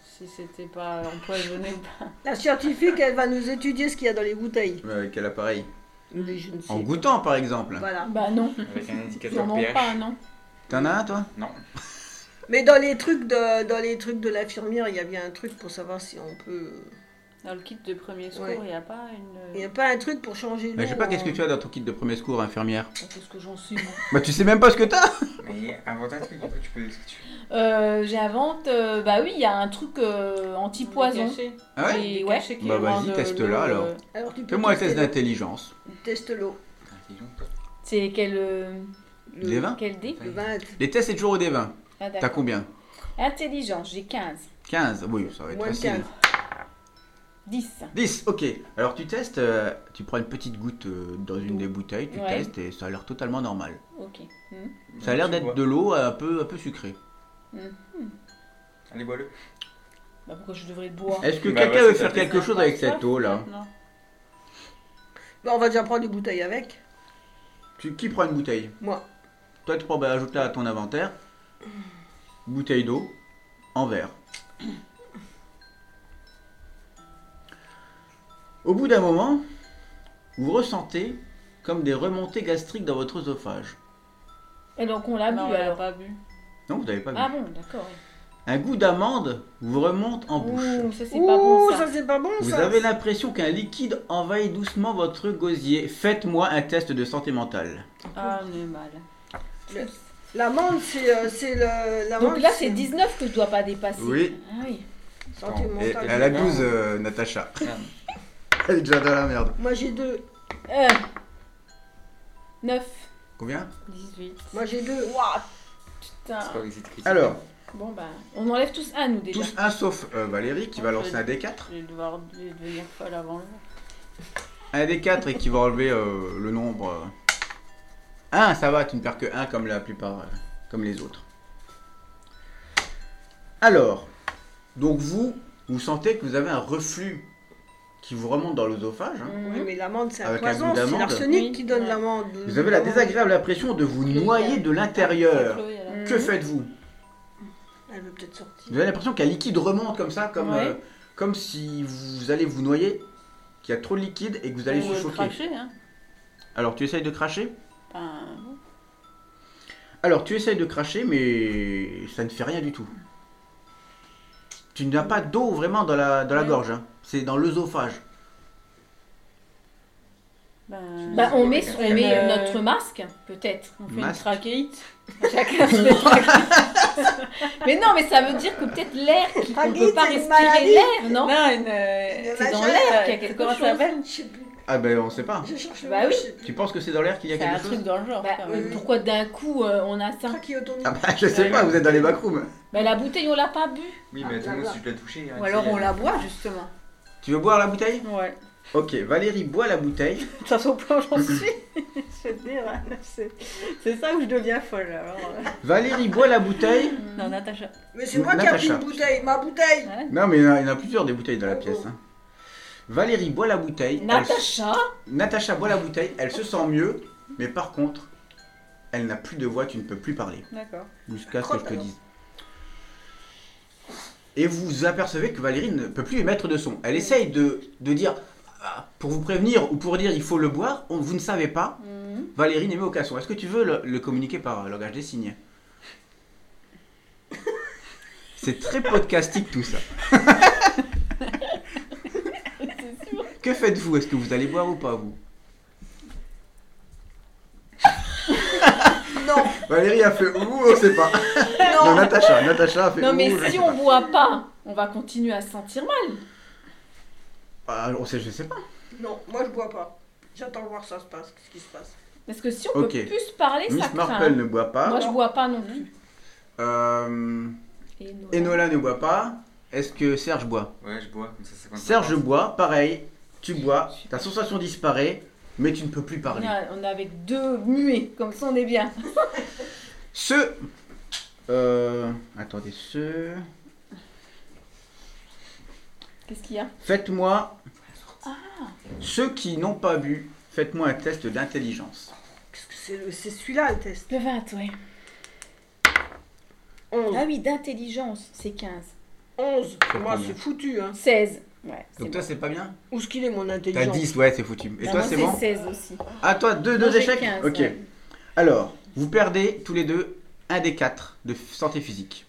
S3: Si c'était pas empoisonné ou pas.
S2: La scientifique, elle va nous étudier ce qu'il y a dans les bouteilles.
S1: Mais avec quel appareil
S2: Mais je ne sais
S1: En
S2: pas.
S1: goûtant, par exemple.
S2: Voilà.
S5: Bah non,
S4: Avec un indicateur
S5: sûrement
S4: pH.
S5: pas,
S3: hein.
S5: non.
S1: T'en as un, toi
S4: Non.
S2: Mais dans les trucs de, dans les trucs de l'infirmière, il y a bien un truc pour savoir si on peut.
S3: Dans le kit de premier secours, il
S2: Ouais.
S3: n'y a pas une.
S2: Il n'y a pas un truc pour changer l'eau. hein.
S1: Mais je sais pas, qu'est-ce que tu as dans ton kit de premier secours, infirmière
S5: Qu'est-ce que j'en suis, moi
S1: Bah, tu sais même pas ce que t'as
S4: Mais invente un truc, du coup, tu peux ce que tu veux.
S5: Euh, J'invente, euh, bah oui, il y a un truc euh, anti-poison.
S1: Ah ouais
S5: Et
S3: Et
S5: ouais.
S3: ouais.
S1: Bah, vas-y, teste-la,
S3: euh,
S1: alors.
S2: Alors tu peux.
S1: Fais-moi un
S2: tester
S1: test d'intelligence.
S2: l'eau. Teste l'eau.
S4: Intelligent.
S5: C'est quel, euh,
S2: Le-
S1: Des 20
S5: quel dé
S2: Le 20.
S1: Les tests, c'est toujours au D20.
S5: Ah,
S1: T'as
S5: d'accord.
S1: combien
S5: Intelligence, j'ai 15.
S1: 15. Oui, ça va être
S2: Moins de
S1: facile.
S2: 15.
S5: 10.
S1: 10, ok. Alors tu testes, euh, tu prends une petite goutte euh, dans une
S5: D'eau.
S1: des bouteilles, tu
S5: Ouais.
S1: testes et ça a l'air totalement normal.
S5: Ok. Hmm.
S1: Ça a l'air
S4: Tu
S1: d'être
S4: bois.
S1: de l'eau euh, un peu, un peu sucrée.
S4: Allez, bois-le.
S5: Bah pourquoi je devrais boire
S1: Est-ce que
S4: Bah
S1: quelqu'un
S4: ouais,
S1: veut
S4: c'est
S1: faire
S4: ça,
S1: quelque chose avec cette eau là
S3: Non.
S2: Bah, on va déjà prendre une bouteille avec.
S1: tu, Qui prend une bouteille
S2: Moi.
S1: Toi tu prends, bah, ajoute-la à ton inventaire. Bouteille d'eau en verre. Au bout d'un moment, vous ressentez comme des remontées gastriques dans votre œsophage.
S5: Et Eh, donc on l'a bu
S3: Non, on l'a
S5: alors.
S3: pas bu.
S1: Non, vous n'avez pas vu.
S5: Ah bon, d'accord.
S1: Un goût d'amande vous remonte en bouche.
S5: Ouh, ça c'est pas bon
S2: Ouh,
S5: ça.
S2: c'est pas bon
S1: Vous
S2: Mmh. ça.
S1: avez l'impression qu'un liquide envahit doucement votre gosier. Faites-moi un test de santé mentale.
S3: Ah, on est mal.
S2: L'amande, c'est euh, c'est le. l'amande,
S5: Donc là c'est 19 que je dois pas dépasser.
S1: Oui.
S5: Ah oui.
S2: Santé
S4: Bon,
S2: mentale.
S4: et- elle a 12,
S1: euh,
S2: [LAUGHS]
S1: Natacha.
S4: Merde.
S1: Elle est déjà dans la merde.
S2: Moi j'ai deux.
S5: Euh, 9.
S1: Combien
S3: 18.
S2: Moi j'ai deux.
S5: Waouh, putain.
S4: C'est pas avec critique.
S1: Alors,
S5: Bon bah, on enlève tous un nous déjà.
S1: tous un sauf euh, Valérie qui va
S3: Moi,
S1: lancer
S3: je-
S1: un D4.
S3: Je vais devoir je vais devenir folle avant le.
S1: Un D4 et qui va enlever euh, le nombre. 1, ça va, tu ne perds que 1 comme la plupart, euh, comme les autres. Alors, donc vous, vous sentez que vous avez un reflux qui vous remonte dans l'œsophage.
S3: Mm.
S1: hein.
S5: Mhm.
S2: Oui, mais l'amande, c'est un
S1: Avec un
S2: poison.
S1: goût
S2: C'est
S1: d'amande.
S2: l'arsenic
S5: Oui.
S2: qui donne
S5: Ouais.
S2: l'amande.
S1: Vous avez la désagréable impression de vous noyer de l'intérieur.
S3: Chloé, elle a-
S5: Mm.
S1: Que faites-vous
S2: Elle veut peut-être sortir.
S1: Vous avez l'impression qu'un liquide remonte comme ça, comme,
S3: Ouais.
S1: euh, comme si vous allez vous noyer, qu'il y a trop de liquide et que vous allez
S3: Ou
S1: se
S3: le
S1: choquer.
S3: cracher, hein.
S1: Alors tu essayes de cracher
S3: Enfin,
S1: Alors tu essayes de cracher, mais ça ne fait rien du tout. Tu n'as pas d'eau vraiment dans la, dans la
S3: Ouais.
S1: gorge, hein. c'est dans l'œsophage.
S3: ben,
S5: Bah on met, on met
S3: Euh,
S5: notre masque, peut-être.
S3: on fait
S1: Masque.
S3: une [LAUGHS] trachéite.
S5: Chacun se met traquer. Mais non, mais ça veut dire que peut-être l'air, qui- qu'on
S2: Traquer,
S5: peut pas
S2: c'est une
S5: respirer
S2: maladie.
S5: l'air, non
S3: une. euh,
S2: Une
S5: C'est dans
S2: vagin.
S5: l'air qu'il y a
S3: C'est
S5: quelque
S3: comment ça
S5: chose.
S3: s'appelle
S2: Je sais plus.
S1: Ah ben on sait pas.
S2: Je cherche le
S5: Bah
S2: mot,
S5: oui.
S2: je sais plus.
S1: Tu penses que c'est dans l'air qu'il y a
S3: C'est un
S1: quelque chose
S3: truc dans le genre.
S5: Bah,
S3: quand
S5: mais
S3: même.
S5: pourquoi d'un coup euh, on a ça
S2: Trachéotomie.
S1: Ah bah [LAUGHS] je sais pas, vous êtes dans les backrooms.
S5: Bah la bouteille on l'a pas bu.
S4: Oui, mais
S2: Ah,
S4: attends, moi,
S2: là-bas.
S4: si je l'ai touché.
S3: Ou alors on la boit justement.
S1: Tu veux boire la bouteille
S3: Ouais.
S1: Ok, Valérie boit la bouteille.
S3: De toute façon, point j'en suis. [LAUGHS] je vais te dire, hein, c'est c'est ça où je deviens folle. Alors, euh.
S1: [LAUGHS] Valérie boit la bouteille.
S3: Non, Natacha.
S2: Mais c'est moi qui ai pris
S1: Natacha.
S2: une bouteille.
S5: [LAUGHS]
S2: Ma bouteille.
S3: Ouais.
S1: Non, mais il y en a, il y en a plusieurs des bouteilles dans la pièce. hein. Valérie boit la bouteille. elle s-
S5: Natacha,
S1: Natacha boit la bouteille. Elle se sent mieux, mais par contre, elle n'a plus de voix. Tu ne peux plus parler
S3: D'accord.
S1: jusqu'à ce que je te dise. Et vous apercevez que Valérie ne peut plus émettre de son. Elle essaye de, de dire Ah, pour vous prévenir ou pour dire il faut le boire. on- vous ne savez pas.
S3: Mhm.
S1: Valérie n'émet aucun son. Est-ce que tu veux le, le communiquer par euh, langage des signes C'est très podcastique tout ça.
S5: c'est sûr.
S1: Que faites-vous Est-ce que vous allez boire ou pas vous
S2: Non,
S1: Valérie a fait ouh, on sait pas. Non,
S2: non.
S1: Natacha, Natacha a fait
S5: Non
S1: ouh, je
S5: mais si
S1: sais
S5: on
S1: pas.
S5: boit pas, on va continuer à se sentir mal.
S1: Ah, on sait, je sais pas.
S2: Non, moi je bois pas. J'attends voir ça se passe. Qu'est-ce qui se passe
S5: Parce que si on
S1: Ok.
S5: peut plus se parler, ça
S1: Miss
S5: craint.
S1: Marple ne boit pas.
S5: Moi je bois pas non plus.
S1: Euh,
S5: Et Noël.
S1: Enola ne boit pas. Est-ce que Serge boit
S4: Ouais, je bois, comme ça, ça compte.
S1: Serge boit, pareil. Tu bois, ta sensation disparaît, mais tu ne peux plus
S5: on,
S1: parler.
S5: a- on est avec deux muets, comme ça on est bien.
S1: Ce. Euh, attendez, ce.
S5: Qu'est-ce qu'il y a
S1: Faites-moi.
S5: Ah.
S1: Ceux qui n'ont pas bu, faites-moi un test d'intelligence.
S2: Qu'est-ce que c'est le- C'est celui-là le test.
S5: Le 20, ouais.
S2: 11.
S5: Ah oui, d'intelligence, c'est 15.
S2: 11.
S1: Sur
S2: Moi
S1: combien
S2: c'est foutu. Hein.
S5: 16.
S3: Ouais,
S1: Donc
S3: c'est
S1: toi,
S3: bon.
S1: c'est pas bien
S2: Où est-ce qu'il est, mon
S1: T'as
S2: intelligence
S1: 10, ouais, c'est foutu. Et
S5: Ah,
S1: toi,
S5: moi,
S1: c'est bon
S5: 16 aussi.
S1: Ah, toi, deux,
S5: Moi,
S1: deux
S5: j'ai
S1: échecs
S5: 15,
S1: Ok.
S5: ouais.
S1: Alors, vous perdez tous les deux un des quatre de f- santé physique.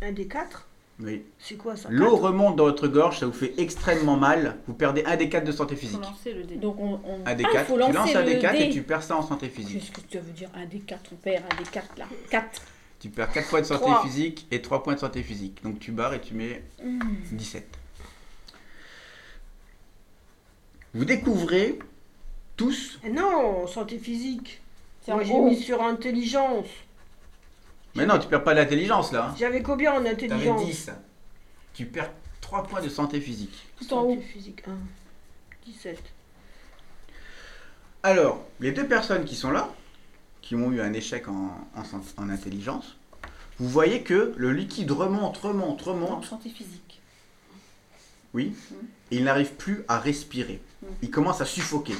S2: Un des quatre
S1: Oui.
S2: C'est quoi ça
S1: L'eau
S2: quatre
S1: remonte dans votre gorge, ça vous fait extrêmement mal. Vous perdez un des quatre de santé
S3: Faut
S1: physique.
S3: lancer le dé.
S5: Donc on, on...
S1: Un des
S5: Ah,
S1: quatre,
S5: faut
S1: tu
S5: lancer
S1: lances un
S5: le
S1: des quatre
S5: dé.
S1: et tu perds ça en santé physique.
S5: Qu'est-ce que ça veut dire Un des quatre, on perd un des quatre là. 4.
S1: Tu perds 4 points de santé
S2: Trois.
S1: physique et 3 points de santé physique. Donc tu barres et tu mets
S5: Hmm.
S1: 17. Vous découvrez tous,
S2: Eh Non, santé physique.
S5: C'est
S2: Moi,
S5: en
S2: j'ai
S5: haut.
S2: mis sur intelligence.
S1: mais non, tu perds pas d'intelligence là. hein.
S2: J'avais combien en
S1: T'avais
S2: intelligence
S1: 10. Tu perds 3 points de santé physique.
S5: Tout en
S2: Santé
S5: haut.
S2: physique 1. 17.
S1: Alors, les deux personnes qui sont là, qui ont eu un échec en, en san- en intelligence, vous voyez que le liquide remonte, remonte,
S5: En
S1: remonte.
S5: santé physique.
S1: Oui. Et il n'arrive plus à respirer.
S3: Mm.
S1: Il commence à suffoquer.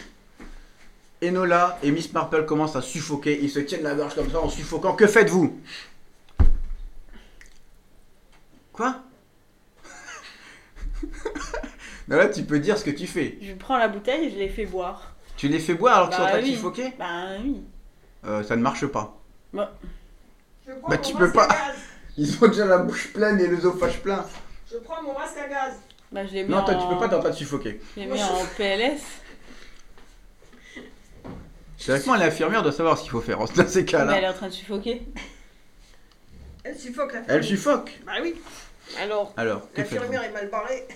S1: Enola et Miss Marple commencent à suffoquer. Ils se tiennent la gorge comme ça en suffoquant. Que faites-vous Quoi [LAUGHS] Non, Ben là, tu peux dire ce que tu fais.
S3: Je prends la bouteille et je les fais boire.
S1: Tu les fais boire alors qu'ils
S3: Bah
S1: sont en train
S3: oui.
S1: de suffoquer
S3: Bah oui.
S1: Euh, Ça ne marche pas.
S6: Je prends
S1: Bah,
S6: mon
S1: tu
S6: masque
S1: peux pas.
S6: à gaz.
S1: Ils ont déjà la bouche pleine et l'œsophage plein.
S6: Je prends mon masque à gaz.
S3: Bah je les mets
S1: Non, toi,
S3: en...
S1: tu peux pas, t'es en train de suffoquer.
S3: Je les mets [LAUGHS] en PLS.
S1: C'est à quel point l'infirmière doit savoir ce qu'il faut faire en- [LAUGHS] dans ces
S3: Mais
S1: cas-là.
S3: elle est en train de suffoquer.
S6: Elle suffoque la
S1: Elle
S6: famille.
S1: suffoque.
S6: Bah oui,
S2: Alors,
S1: Alors, que faites-vous
S6: l'infirmière est mal barrée.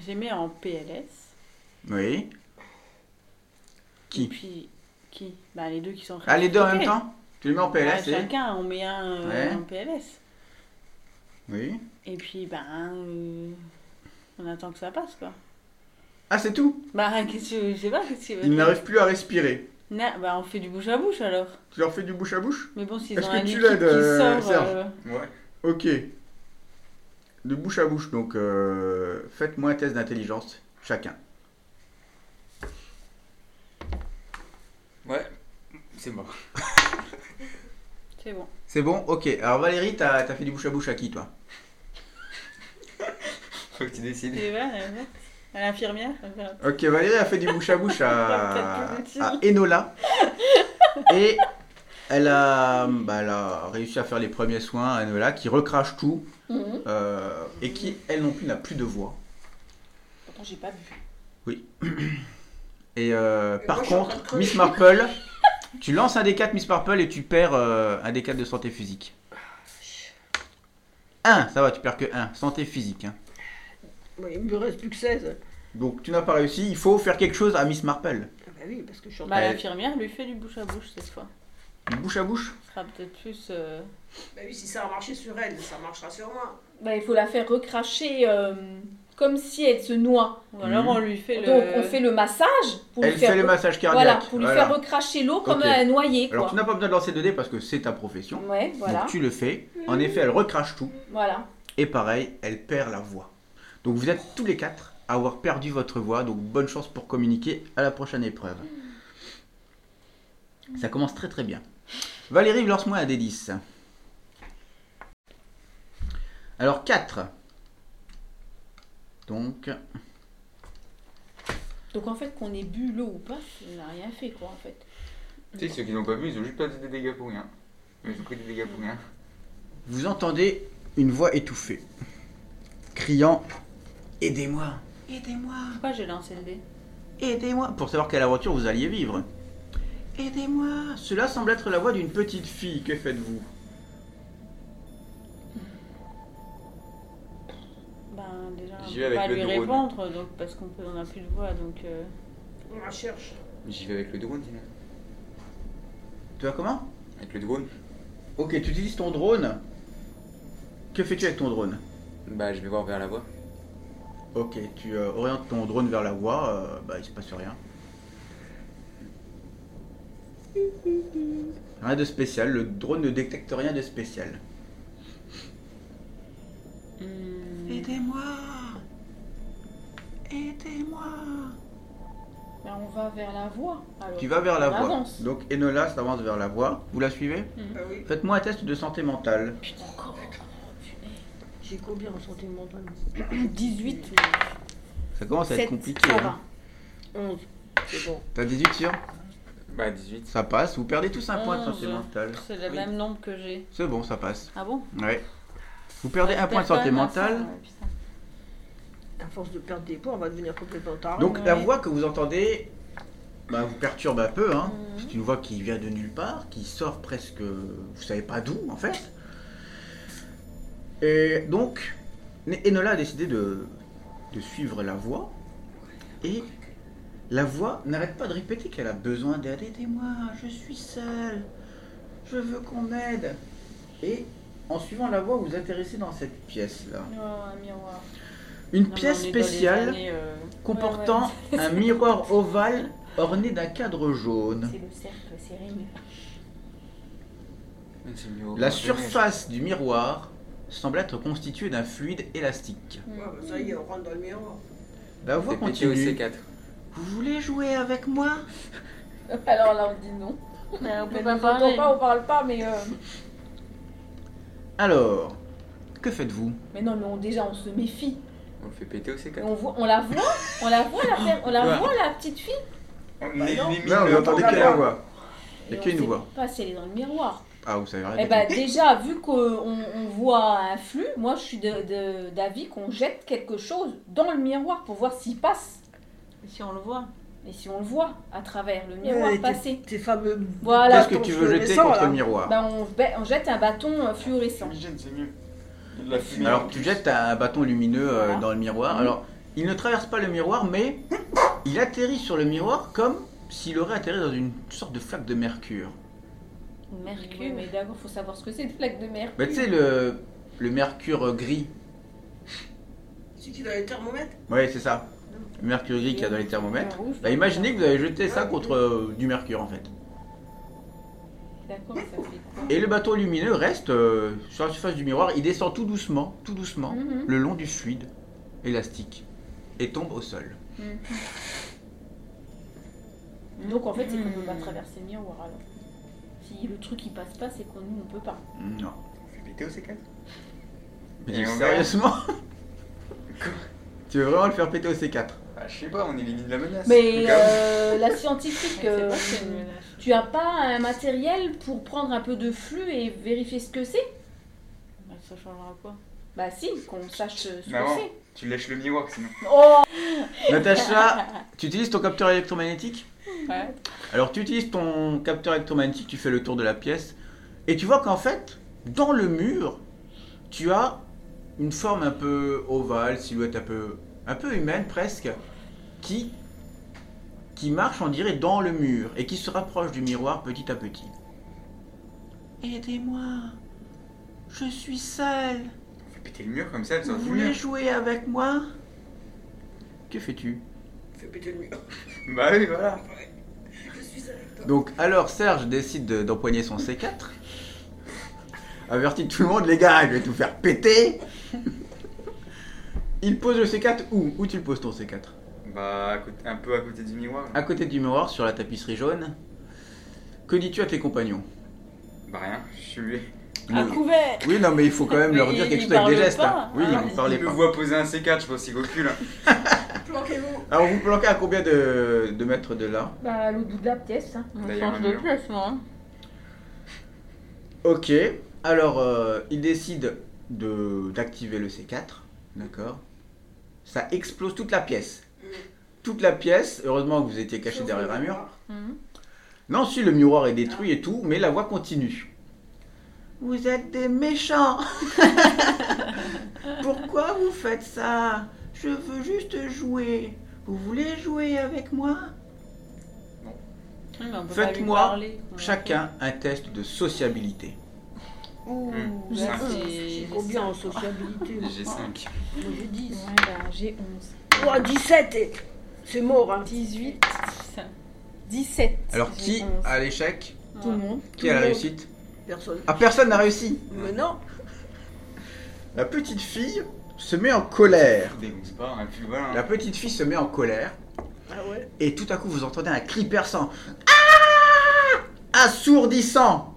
S3: Je les mets en PLS.
S1: Oui. Qui
S3: Et puis... Qui Bah les deux qui sont en train
S1: Ah,
S3: de
S1: les deux en même
S3: suffoquer.
S1: temps Tu les mets en PLS
S3: Bah,
S1: et...
S3: Chacun, on met un euh,
S1: Ouais.
S3: en PLS.
S1: Oui.
S3: Et puis, ben... euh, on attend que ça passe, quoi.
S1: Ah, c'est tout
S3: Bah, [LAUGHS] qu'est-ce que... Je sais pas, qu'est-ce que...
S1: Ils n'arrivent plus à respirer.
S3: Na- Bah, on fait du bouche à bouche, alors.
S1: Tu leur fais du bouche à bouche
S3: Mais bon, s'ils
S1: Est-ce
S3: ont
S1: que
S3: un
S1: tu
S3: liquide
S1: l'aides,
S3: qui
S1: euh,
S3: sort...
S1: Serge [LAUGHS]
S3: euh,
S4: Ouais.
S1: Ok. De bouche à bouche, donc euh, faites-moi un test d'intelligence, chacun.
S4: Ouais. C'est bon. [LAUGHS]
S3: C'est bon.
S1: C'est bon Ok. Alors Valérie, t'as t'as fait du bouche à bouche à qui, toi
S4: Faut que tu décides.
S3: C'est vrai, euh, ouais. à l'infirmière. euh, elle va-
S1: Ok, Valérie a fait du bouche à bouche
S6: [LAUGHS]
S1: à, à Enola. Et elle a, bah, elle a réussi à faire les premiers soins à Enola, qui recrache tout
S5: Mhm.
S1: euh, et qui, elle non plus, n'a plus de voix.
S5: Pourtant, j'ai pas vu.
S1: Et euh,
S6: Et
S1: par
S6: moi, je suis en train de
S1: contre,
S6: crever.
S1: Miss Marple, tu lances un D4 Miss Marple et tu perds euh, un D4 de santé physique. 1, ça va, tu perds que 1, santé physique. hein.
S2: ouais, Bah, il me reste plus que 16.
S1: Donc tu n'as pas réussi, il faut faire quelque chose à Miss Marple.
S2: Ah bah oui, parce que je suis en
S3: Bah,
S1: Elle-
S3: l'infirmière lui fait du bouche à bouche cette fois.
S1: Du bouche à bouche
S3: Ce sera peut-être plus. euh,
S6: Bah oui, si ça a marché sur elle, ça marchera sur moi.
S5: Bah, il faut la faire recracher euh, comme si elle se noie.
S3: Ou alors
S1: Mhm.
S3: on lui fait le.
S5: Donc on fait le massage pour
S1: Elle
S5: lui
S1: fait
S5: faire
S1: le massage cardiaque.
S5: voilà, pour lui
S1: Voilà.
S5: faire recracher l'eau comme
S1: Ok.
S5: un noyé quoi.
S1: Alors tu n'as pas besoin de lancer de dés parce que c'est ta profession.
S5: Ouais, voilà. Mmh.
S1: Donc tu le fais. En effet, elle recrache tout.
S5: Voilà.
S1: Et pareil, elle perd la voix. Donc vous êtes tous les quatre à avoir perdu votre voix. Donc bonne chance pour communiquer à la prochaine épreuve.
S5: Mmh.
S1: Ça commence très très bien. Valérie, lance-moi un D10. Alors 4. Donc,
S5: Donc en fait qu'on ait bu l'eau ou pas, on n'a rien fait quoi en fait.
S4: Tu sais, ceux qui l'ont pas vu, ils ont juste perdu des dégâts pour rien. Mais ils ont pris des dégâts pour rien.
S1: vous entendez une voix étouffée, criant Aidez-moi Aidez-moi
S3: Pourquoi j'ai lancé le dé
S1: Aidez-moi Pour savoir quelle aventure vous alliez vivre. Aidez-moi Cela semble être la voix d'une petite fille. Que faites-vous
S3: Ben déjà, on
S4: J'y
S3: peut
S4: vais avec
S3: pas
S4: le
S3: lui
S4: drone.
S3: répondre donc, parce qu'on peut- on n'a plus de voix. Donc, euh,
S6: On la cherche.
S4: J'y vais avec le drone, Dylan.
S1: Tu vois comment
S4: Avec le drone
S1: Ok, tu utilises ton drone. Que fais-tu avec ton drone
S4: Bah, je vais voir vers la voie.
S1: Ok, tu euh, orientes ton drone vers la voie, euh, bah il se passe rien. Rien de spécial, le drone ne détecte rien de spécial.
S3: hmm,
S1: Aidez-moi Aidez-moi
S5: Bah, on va vers la voie. Alors.
S1: Tu vas vers la
S5: On
S1: voie.
S5: avance.
S1: Donc Enola s'avance vers la voie. Vous la suivez
S6: Bah oui.
S1: Faites-moi un test de santé mentale.
S5: Putain, encore. Oh, punaise.
S6: Je
S2: J'ai combien en sentimental
S5: 18
S1: Ça commence à être
S5: sept,
S1: compliqué.
S5: ça
S1: hein.
S5: va.
S2: 11. C'est bon.
S1: T'as 18 sur
S4: Bah 18.
S1: Ça passe. Vous perdez tous un point de
S3: Onze.
S1: santé mentale.
S3: C'est le
S1: Oui.
S3: même nombre que j'ai.
S1: C'est bon, ça passe.
S3: Ah bon
S1: Ouais. Vous perdez un
S3: Je
S1: point de
S3: perds
S1: santé
S3: quand même un point,
S1: mentale.
S3: ouais, putain.
S2: À force de perdre des points, on va devenir complètement taré.
S1: Donc la
S3: Ah Ouais.
S1: voix que vous entendez bah, vous perturbe un peu. Hein.
S3: Mhm.
S1: C'est une voix qui vient de nulle part, qui sort presque... Vous savez pas d'où en fait. Et donc, N- Enola a décidé de, de suivre la voix. Et la voix n'arrête pas de répéter qu'elle a besoin d'aide. Aidez-moi, je suis seule. Je veux qu'on m'aide. Et en suivant la voix, vous vous intéressez dans cette pièce-là.
S3: Oh, un miroir.
S1: Une
S3: Non, mais
S1: pièce
S3: on est dans les
S1: spéciale
S3: années, euh,
S1: comportant un miroir ovale orné d'un cadre jaune.
S5: C'est le cercle, c'est réuni.
S4: C'est le miroir.
S1: La surface du miroir semble être constituée d'un fluide élastique.
S6: Ouais, bah, ça y est, on rentre dans le miroir.
S1: La voix
S4: C'est pété au
S1: continue.
S4: C4.
S1: Vous voulez jouer avec moi
S5: [LAUGHS] Alors là, on dit non.
S3: Mais on
S5: On
S3: peut pas
S5: ne
S3: parler.
S5: pas, on parle pas, mais. euh,
S1: Alors, que faites-vous
S5: Mais non, mais on, déjà, on se méfie.
S4: On le fait péter au
S5: Et
S4: C4.
S5: on, voit, on la voit, on la voit, la, per- on la,
S4: Ouais.
S5: voit, la petite fille.
S4: On élimine
S1: Là,
S4: le
S6: qu'elle a-
S1: voix.
S5: Et
S1: Et
S5: on
S1: qui nous
S5: sait
S1: voit
S5: Pas si elle est dans le miroir.
S1: Ah, vous savez rien.
S5: Eh
S1: du
S5: ben
S1: tout.
S5: déjà, vu qu'on on voit un flux, moi je suis de- de- d'avis qu'on jette quelque chose dans le miroir pour voir s'il passe.
S3: Si on le voit.
S5: Et si on le voit à travers le miroir
S2: Ouais,
S5: passer.
S2: Tes fameux.
S5: Voilà.
S1: Qu'est-ce que
S2: Attends,
S1: tu
S2: je
S1: veux
S2: le
S1: jeter
S2: descends,
S1: contre
S2: là.
S1: le miroir
S5: Ben, on, ba- on jette un bâton euh, fluorescent.
S4: c'est mieux. La fumée.
S1: Alors, tu jettes un bâton lumineux euh,
S5: Voilà.
S1: dans le miroir.
S5: Mhm.
S1: Alors, il ne traverse pas le miroir, mais il atterrit sur le miroir comme s'il aurait atterri dans une sorte de flaque de mercure.
S5: Mercure, mais
S3: Mercure.
S5: d'abord faut savoir ce que c'est une plaque de mercure.
S1: Bah, tu sais, le, le mercure euh, gris.
S6: C'est qui dans les thermomètres
S1: Ouais, c'est ça. Le mercure gris qu'il y a dans les thermomètres.
S5: Un rouge,
S1: Bah, imaginez que vous avez jeté ça contre euh, du mercure, en fait.
S5: D'accord, ça fait quoi
S1: Et le bâton lumineux reste euh, sur la surface du miroir. Il descend tout doucement, tout doucement,
S5: Mhm.
S1: le long du fluide élastique et tombe au sol.
S5: Donc en fait, c'est qu'on
S3: Hmm.
S5: peut pas traverser le miroir alors. Si le truc il passe pas, c'est qu'on nous, on peut pas.
S1: Non.
S4: On fait péter au C4.
S1: Mais
S4: Et on
S1: sérieusement [LAUGHS] Tu veux vraiment le faire péter au C4
S4: Bah, je sais pas, on élimine la menace.
S5: Mais
S4: Comme-
S5: euh, [LAUGHS] la scientifique,
S3: Mais c'est pas
S5: euh,
S3: que le lâche.
S5: tu as pas un matériel pour prendre un peu de flux et vérifier ce que c'est
S3: Bah, Ça changera quoi
S5: Bah si, qu'on sache euh,
S1: Bah,
S5: ce
S4: Maman.
S5: que c'est.
S4: Tu lèches le miroir sinon.
S5: Oh
S1: Natacha, tu utilises ton capteur électromagnétique
S3: Ouais.
S1: Alors tu utilises ton capteur électromagnétique, tu fais le tour de la pièce, et tu vois qu'en fait, dans le mur, tu as une forme un peu ovale, silhouette un peu, un peu humaine presque, qui, qui marche, on dirait, dans le mur, et qui se rapproche du miroir petit à petit. Aidez-moi, je suis seule,
S4: On fait péter le mur comme ça, elle
S1: vous
S4: sort du
S1: voulez
S4: mur.
S1: jouer avec moi Que fais-tu
S6: Fais péter le mur.
S4: Bah oui, voilà.
S6: Je suis avec toi.
S1: Donc alors Serge décide de- d'empoigner son C4. Avertit tout le monde, les gars, je vais tout faire péter. Il pose le C4 où Où tu le poses ton C4
S4: Bah, à côté- un peu à côté du miroir. là.
S1: À côté du miroir, sur la tapisserie jaune. Que dis-tu à tes compagnons
S4: Bah rien, je suis muet.
S3: À
S1: Oui.
S3: couvert
S1: Oui, non, mais il faut quand même
S3: Mais
S1: leur dire
S3: il-
S1: quelque
S3: il
S1: chose avec des
S3: parle
S1: gestes.
S3: pas.
S1: hein. Oui,
S3: Ah,
S1: vous
S4: il
S1: parlez
S4: me
S1: pas.
S4: voit poser un C4, je pense qu'il recule. hein.
S6: Planquez-vous.
S1: Alors, vous planquez à combien de, de mètres de là
S5: Bah à l'autre bout de la pièce. hein.
S3: On
S4: D'ailleurs,
S3: change
S4: le
S3: de
S4: mur.
S3: pièce, moi. hein.
S1: Ok, alors euh, il décide de d'activer le C4, d'accord Ça explose toute la pièce. Toute la pièce, heureusement que vous étiez caché
S6: Sauf
S1: derrière
S6: le
S1: un mur.
S6: miroir.
S3: Mhm.
S1: Non, si le miroir est détruit et tout, mais la voix continue. Ah. Vous êtes des [LAUGHS] méchants Pourquoi vous faites ça Je veux juste jouer. Vous voulez jouer avec moi
S3: Oui, mais on peut pas lui
S1: Faites-moi
S3: parler, on-
S1: chacun un test de sociabilité.
S2: Ouh,
S4: Mmh.
S2: j'ai
S4: Cinq.
S2: onze.
S3: J'ai-
S2: J'ai
S3: j'ai
S2: combien en sociabilité moi
S4: J'ai 5.
S2: Moi, j'ai 10.
S5: Ouais, bah j'ai 11.
S2: Oh, 17 et- C'est mort, hein.
S5: 18, 17.
S1: Alors qui
S5: J'ai 11.
S1: à l'échec
S5: Tout le monde.
S1: Qui a la réussite
S2: Personne.
S1: Ah, personne n'a réussi
S2: Mais non,
S1: La petite fille se met en colère.
S4: Dégonce pas, hein, puis voilà.
S1: La petite fille se met en colère
S2: Ah ouais
S1: et tout à coup vous entendez un cri perçant. Ah Assourdissant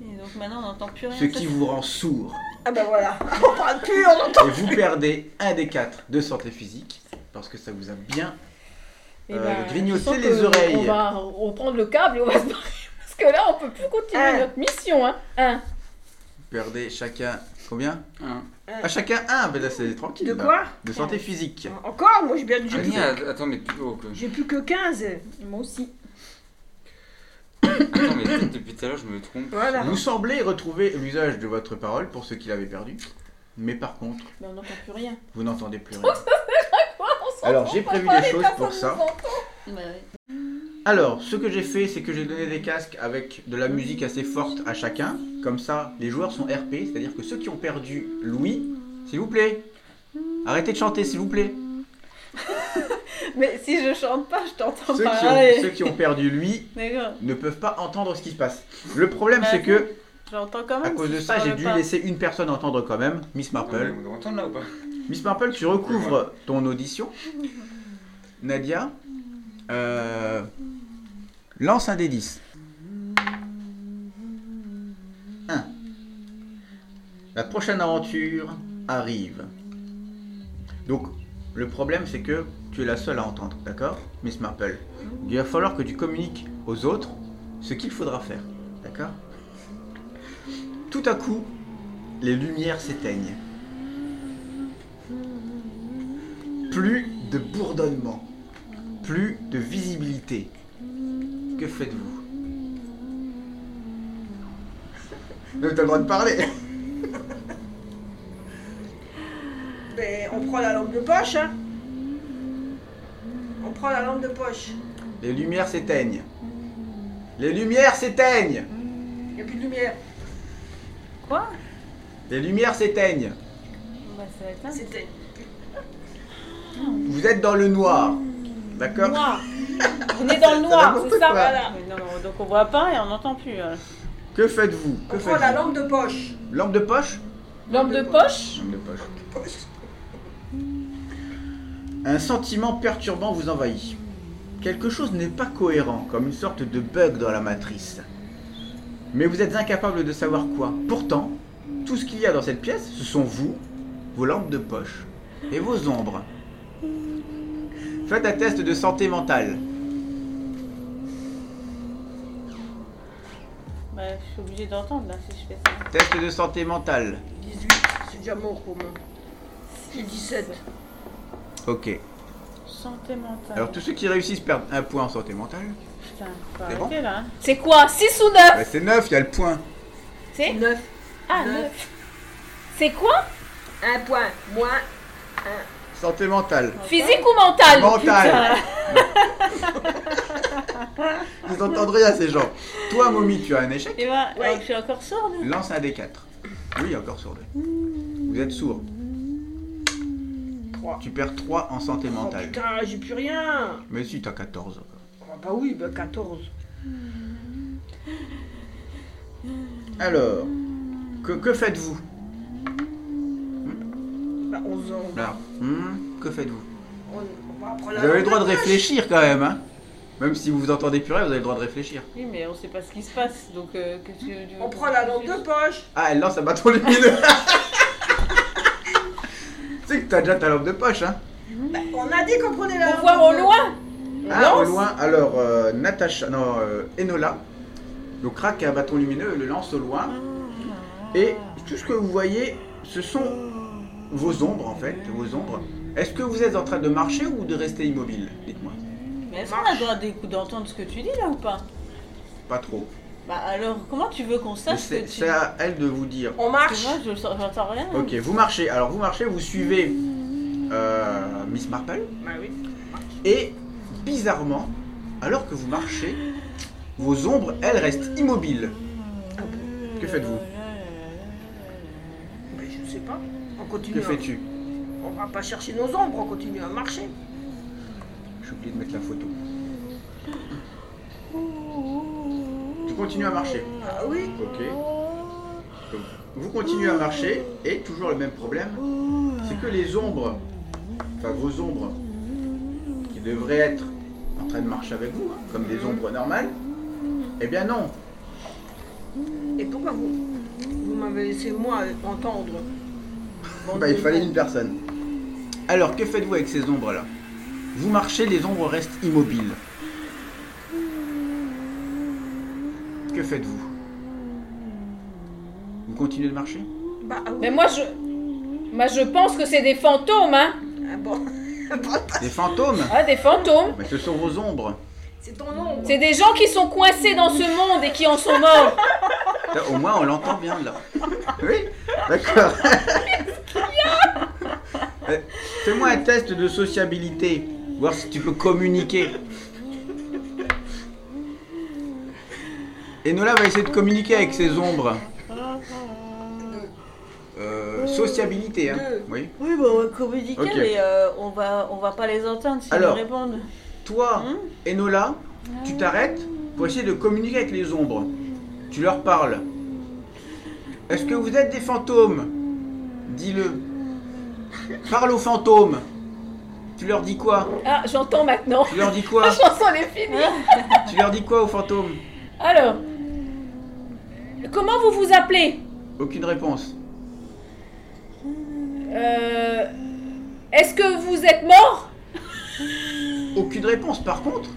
S3: Et donc maintenant, on n'entend plus rien.
S1: Ce
S3: ça,
S1: qui vous rend sourd.
S2: Ah bah voilà, [LAUGHS] on parle plus, on entend.
S1: Et vous perdez un des quatre de santé physique parce que ça vous a bien.
S5: Eh
S1: Euh,
S5: ben,
S1: grignoter
S5: je sens
S1: les
S5: que
S1: oreilles.
S5: On va reprendre le câble et on va se barrer. [LAUGHS] Parce que là, on peut plus continuer
S2: Un.
S5: notre mission. Hein. Un.
S1: Vous perdez chacun. Combien Un.
S2: Un.
S1: Ah, chacun un Ben là, c'est tranquille.
S2: De
S1: là.
S2: quoi
S1: De santé physique.
S2: Encore Moi j'ai perdu. J'ai plus,
S4: Annie, a- attends, mais plus haut que.
S2: j'ai plus que 15.
S5: Et moi aussi.
S4: Attends, mais peut-être depuis tout à l'heure, je me trompe.
S2: Voilà.
S1: Vous semblez retrouver l'usage de votre parole pour ceux qui l'avaient perdu. Mais par contre,
S5: Mais on n'entend plus rien.
S1: vous n'entendez plus rien.
S5: On s'entend
S1: Alors, j'ai
S5: pas,
S1: prévu
S5: pas,
S1: des
S5: les
S1: choses
S5: personnes
S1: pour ça.
S5: nous entendent.
S3: Bah
S1: Alors, ce que j'ai fait, c'est que j'ai donné des casques avec de la musique assez forte à chacun. Comme ça, les joueurs sont RP, c'est-à-dire que ceux qui ont perdu Louis, s'il vous plaît, arrêtez de chanter, s'il vous plaît.
S3: Mais si je chante pas, je t'entends
S1: Ceux qui,
S3: pas.
S1: ont, ceux qui ont perdu lui
S3: D'accord,
S1: ne peuvent pas entendre ce qui se passe. Le problème,
S3: Bah,
S1: c'est que,
S3: j'entends quand
S1: à
S3: même.
S1: cause
S3: si
S1: de
S3: je
S1: ça, j'ai
S3: parle
S1: dû
S3: pas.
S1: laisser une personne entendre quand même, Miss
S4: On
S1: Marple.
S4: on entend là ou pas
S1: Miss Marple, tu recouvres ton audition. Nadia, euh, lance un des 10. 1. La prochaine aventure arrive. Donc, le problème, c'est que tu es la seule à entendre, d'accord Miss Marple. Il va falloir que tu communiques aux autres ce qu'il faudra faire, d'accord Tout à coup, les lumières s'éteignent plus de bourdonnement, plus de visibilité. Que faites-vous Mais t'as le droit de parler
S2: Ben, on prend la lampe de poche, hein. On prend la lampe de poche.
S1: Les lumières s'éteignent. Les lumières s'éteignent
S2: Il n'y a plus de lumière.
S3: Quoi
S1: Les lumières s'éteignent
S3: Bah, ça va être dingue.
S2: C'était.
S1: Vous êtes dans le noir. D'accord
S5: Noir. On est dans le
S1: C'est
S5: noir,
S1: n'importe
S5: c'est ça,
S1: quoi.
S5: voilà.
S3: Mais non, non, donc on voit pas et on n'entend plus. euh.
S1: Que faites-vous
S2: On
S1: Que
S2: prend la
S1: faites-vous
S2: lampe de poche.
S1: Lampe de poche
S5: Lampe de poche.
S1: Lampe de poche. Un sentiment perturbant vous envahit. Quelque chose n'est pas cohérent, comme une sorte de bug dans la matrice. Mais vous êtes incapable de savoir quoi. Pourtant, tout ce qu'il y a dans cette pièce, ce sont vous, vos lampes de poche et vos ombres. Faites un test de santé mentale.
S3: Bah, je suis obligée d'entendre là si je fais ça.
S1: Test de santé mentale.
S2: 18, c'est déjà mort pour moi. J'ai 17.
S1: Ok.
S3: Santé mentale.
S1: Alors tous ceux qui réussissent perdent un point en santé mentale.
S3: Putain, faut
S1: C'est
S3: arrêter
S1: bon
S3: là. hein.
S5: C'est quoi 6 ou 9
S1: Bah, c'est 9, il y a le point.
S5: C'est
S2: 9.
S5: Ah,
S2: Neuf.
S5: 9. C'est quoi
S2: 1 point. Moins.
S1: Santé mentale.
S5: Physique ou mental
S1: Mentale. Vous entendrez rien ces gens. Toi, Mommy, tu as un échec.
S3: Et ben,
S2: Ouais.
S3: alors que je suis encore sourde.
S1: Lance un des 4. Oui, encore sourd. Vous êtes sourd.
S2: 3.
S1: Tu perds 3 en santé
S2: Oh
S1: mentale.
S2: putain, j'ai plus rien.
S1: Mais si, t'as 14.
S2: Ah bah oui, bah 14.
S1: Alors, que, que faites-vous
S2: Bah 11 ans.
S1: Là, hmm, que faites-vous
S2: On, on va prendre la
S1: Vous avez le
S2: lampe
S1: droit de réfléchir quand même, hein Même si vous vous entendez plus rien, vous avez le droit de réfléchir.
S3: Oui, mais on sait pas ce qui se passe, donc euh, que tu, tu-
S2: On prend la lampe de poche.
S1: Ah, elle lance un bâton lumineux [LAUGHS] Tu sais que t'as déjà ta lampe de poche, hein
S2: Bah, on a dit qu'on prenait la
S5: Pour voir
S2: lampe. de
S5: au
S2: poche.
S5: loin
S1: Ah, au loin, alors euh, Natacha, non, euh, Enola, donc craque un bâton lumineux, et le lance au loin. Et tout ce que vous voyez, ce sont vos ombres en fait, vos ombres. Est-ce que vous êtes en train de marcher ou de rester immobile Dites-moi.
S3: Mais est-ce qu'on a le droit d'écou- d'entendre ce que tu dis là ou pas
S1: Pas trop.
S3: Bah alors, comment tu veux qu'on
S1: Mais
S3: sache ce que
S1: C'est
S3: tu
S1: c'est à elle de vous dire.
S2: On
S3: Parce
S2: marche.
S3: que moi, je sens- j'entends rien.
S1: Ok, vous marchez. Alors vous marchez, vous suivez euh, Miss Marple.
S2: Bah oui.
S1: Et bizarrement, alors que vous marchez, vos ombres, elles restent immobiles. Que faites-vous
S2: Bah, je sais pas. On
S1: Que
S2: continue. à-
S1: fais-tu
S2: On va pas chercher nos ombres, on continue à marcher.
S1: J'ai oublié de mettre la photo. Tu continues à marcher.
S2: Ah oui.
S1: Ok. Donc, Vous continuez à marcher et toujours le même problème, c'est que les ombres, enfin vos ombres, qui devraient être en train de marcher avec vous, hein, comme des ombres normales, eh bien non,
S2: Et pourquoi vous, vous m'avez m'avez laissé moi entendre. Bande
S1: Bah, il
S2: de
S1: fallait
S2: cons.
S1: une personne. Alors, que faites-vous avec ces ombres-là Vous marchez, les ombres restent immobiles. Que faites-vous Vous continuez de marcher
S2: Bah, ah oui.
S5: Mais moi, je. Moi, je pense que c'est des fantômes, hein
S2: Ah bon.
S1: Des fantômes
S5: Ah, des fantômes
S1: Mais ce sont vos ombres.
S6: C'est ton nom.
S5: C'est des gens qui sont coincés dans ce monde et qui en sont morts
S1: Là, Euh, au moins, on l'entend bien là. [LAUGHS] Oui D'accord. [LAUGHS] Euh, Fais-moi un test de sociabilité. Voir si tu peux communiquer. Et Nola va essayer de communiquer avec ses ombres. Euh, sociabilité, hein.
S2: Deux.
S1: Oui.
S3: Oui, bah, on va communiquer,
S1: Ok.
S3: mais euh, on, va, on va pas les entendre s'ils nous
S1: Alors.
S3: répondent.
S1: Toi,
S3: Hein
S1: Enola, tu t'arrêtes pour essayer de communiquer avec les ombres. Tu leur parles. Est-ce que vous êtes des fantômes Dis-le. Parle aux fantômes. Tu leur dis quoi
S5: Ah, j'entends maintenant
S1: Tu leur dis
S5: La
S1: quoi
S5: chanson elle est finie
S1: Tu leur dis quoi aux fantômes
S5: Alors. Comment vous vous appelez
S1: Aucune réponse.
S5: Euh. Est-ce que vous êtes mort
S1: Aucune réponse. Par contre,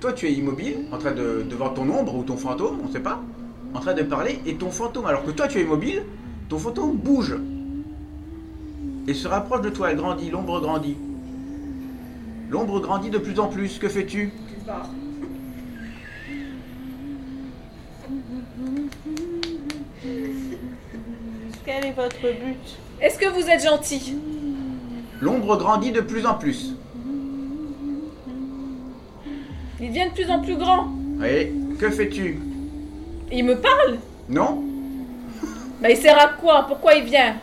S1: toi, tu es immobile, en train de devant ton ombre ou ton fantôme, on sait pas, en train de parler, et ton fantôme, alors que toi, tu es immobile, ton fantôme bouge et se rapproche de toi. Elle grandit, l'ombre grandit. L'ombre grandit de plus en plus. Que fais-tu
S6: Tu pars.
S3: Quel est votre but
S5: Est-ce que vous êtes gentil
S1: L'ombre grandit de plus en plus.
S5: Il devient de plus en plus grand.
S1: Et que fais-tu
S5: Et il me parle
S1: Non
S5: Bah il sert à quoi Pourquoi il vient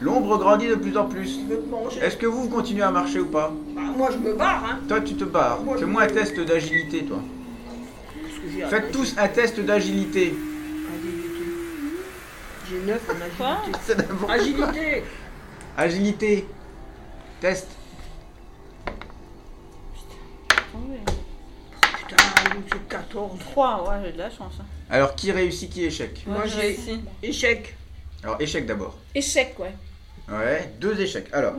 S1: L'ombre grandit de plus en plus.
S6: Tu veux te manger
S1: Est-ce que vous continuez à marcher ou pas
S6: Bah, moi, je me barre, hein.
S1: Toi, tu te barres. Fais-moi un test d'agilité, toi.
S2: Parce que j'ai
S1: Faites tous un test d'agilité.
S2: J'ai 9 en agilité.
S3: Quoi
S1: C'est d'abord-
S2: Agilité
S1: Agilité. Test.
S2: Putain, Lou, j'ai 14.
S3: 3, ouais, j'ai de la chance. hein.
S1: Alors qui réussit, qui échec
S2: Moi,
S3: je
S2: j'ai-
S3: réussis.
S2: Échec.
S1: Alors échec d'abord.
S5: Échec, ouais.
S1: Ouais, deux échecs. Alors,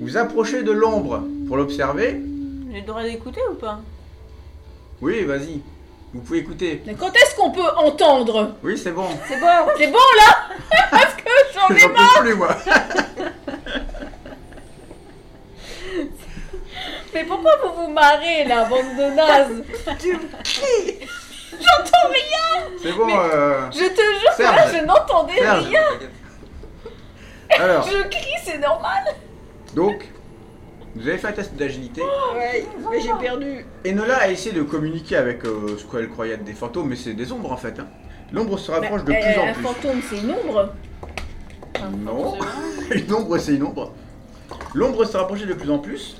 S1: vous approchez de l'ombre pour l'observer.
S3: J'ai le droit d'écouter ou pas
S1: Oui, vas-y. Vous pouvez écouter.
S5: Mais quand est-ce qu'on peut entendre
S1: Oui, c'est bon.
S5: C'est bon C'est bon là [LAUGHS] Parce que j'en ai
S1: J'en peux plus, moi.
S5: Mais pourquoi vous vous marrez là, bande de nazes
S1: C'est bon, euh,
S5: Je te jure que là
S1: Serge.
S5: je n'entendais
S1: Serge.
S5: rien
S4: T'inquiète.
S1: Alors,
S5: Je crie, c'est normal
S1: donc, vous avez fait un test d'agilité.
S2: Ouais, mais j'ai perdu.
S1: Enola a essayé de communiquer avec euh, ce qu'elle croyait être des fantômes, mais c'est des ombres en fait. hein. L'ombre se rapproche de
S5: Mais,
S1: plus
S5: euh,
S1: en
S5: Un
S1: plus.
S5: fantôme c'est une ombre
S1: Non, [LAUGHS] une ombre c'est une ombre. L'ombre se rapprochait de plus en plus.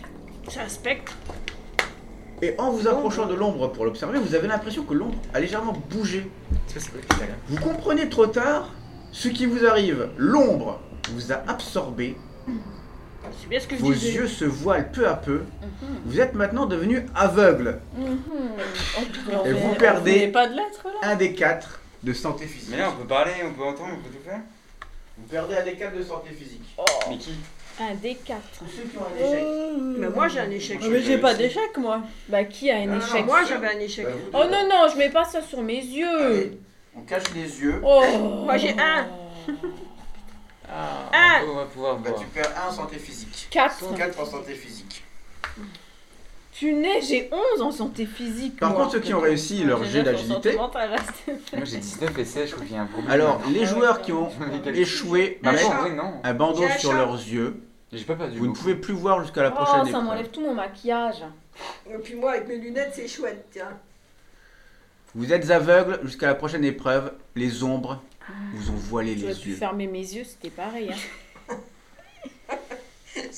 S2: C'est un spectre.
S1: Et en vous approchant de l'ombre pour l'observer, vous avez l'impression que l'ombre a légèrement bougé.
S4: Tu vois, c'est quoi qui t'a l'air
S1: Vous comprenez trop tard ce qui vous arrive. L'ombre vous a absorbé,
S2: C'est bien ce que je
S1: vos
S2: disais.
S1: yeux se voilent peu à peu. Vous êtes maintenant devenu aveugle. Et
S5: euh,
S1: vous perdez-
S3: Vous n'avez pas de lettres là
S1: Un des quatre de santé physique.
S4: Mais là, on peut parler, on peut entendre, on peut tout faire.
S1: Vous perdez un des quatre de santé physique.
S4: Mais qui
S5: Un des quatre.
S1: Pour ceux qui ont un échec.
S2: Mais moi, j'ai un échec.
S3: Mais j'ai pas d'échec moi.
S5: Bah qui a un
S1: Non, non,
S5: échec
S2: Moi, j'avais un échec.
S1: Bah, vous
S5: Oh
S1: deux.
S5: non non, je mets pas ça sur mes yeux
S1: Allez, On cache les yeux.
S5: Oh
S2: Moi, j'ai un.
S4: Ah,
S2: Ah.
S4: on va pouvoir
S1: Bah,
S4: voir.
S1: tu perds un en santé physique.
S5: 4
S1: Quatre en santé physique.
S5: Punaise, j'ai 11 en santé physique
S1: Par
S5: moi.
S1: contre, ceux qui ont réussi leur
S3: J'ai
S1: jet
S3: neuf en
S1: d'agilité,
S3: sentimental, là, c'était-
S4: Moi, j'ai 19 et 16, je crois qu'il y a un problème.
S1: alors les joueurs qui ont échoué
S4: Bah,
S1: mettent
S4: en vrai, non.
S1: un bandeau
S2: J'ai un
S1: sur
S2: chat.
S1: leurs yeux.
S4: J'ai pas perdu.
S1: Vous ne
S4: beaucoup.
S1: pouvez plus voir jusqu'à la
S5: Oh,
S1: prochaine
S5: ça
S1: épreuve.
S5: m'enlève tout mon maquillage.
S6: Et puis moi, avec mes lunettes, c'est chouette, tiens.
S1: Vous êtes aveugle jusqu'à la prochaine épreuve. Les ombres vous ont voilé
S5: J'aurais
S1: les
S5: pu
S1: yeux.
S5: fermer mes yeux, c'était pareil. hein.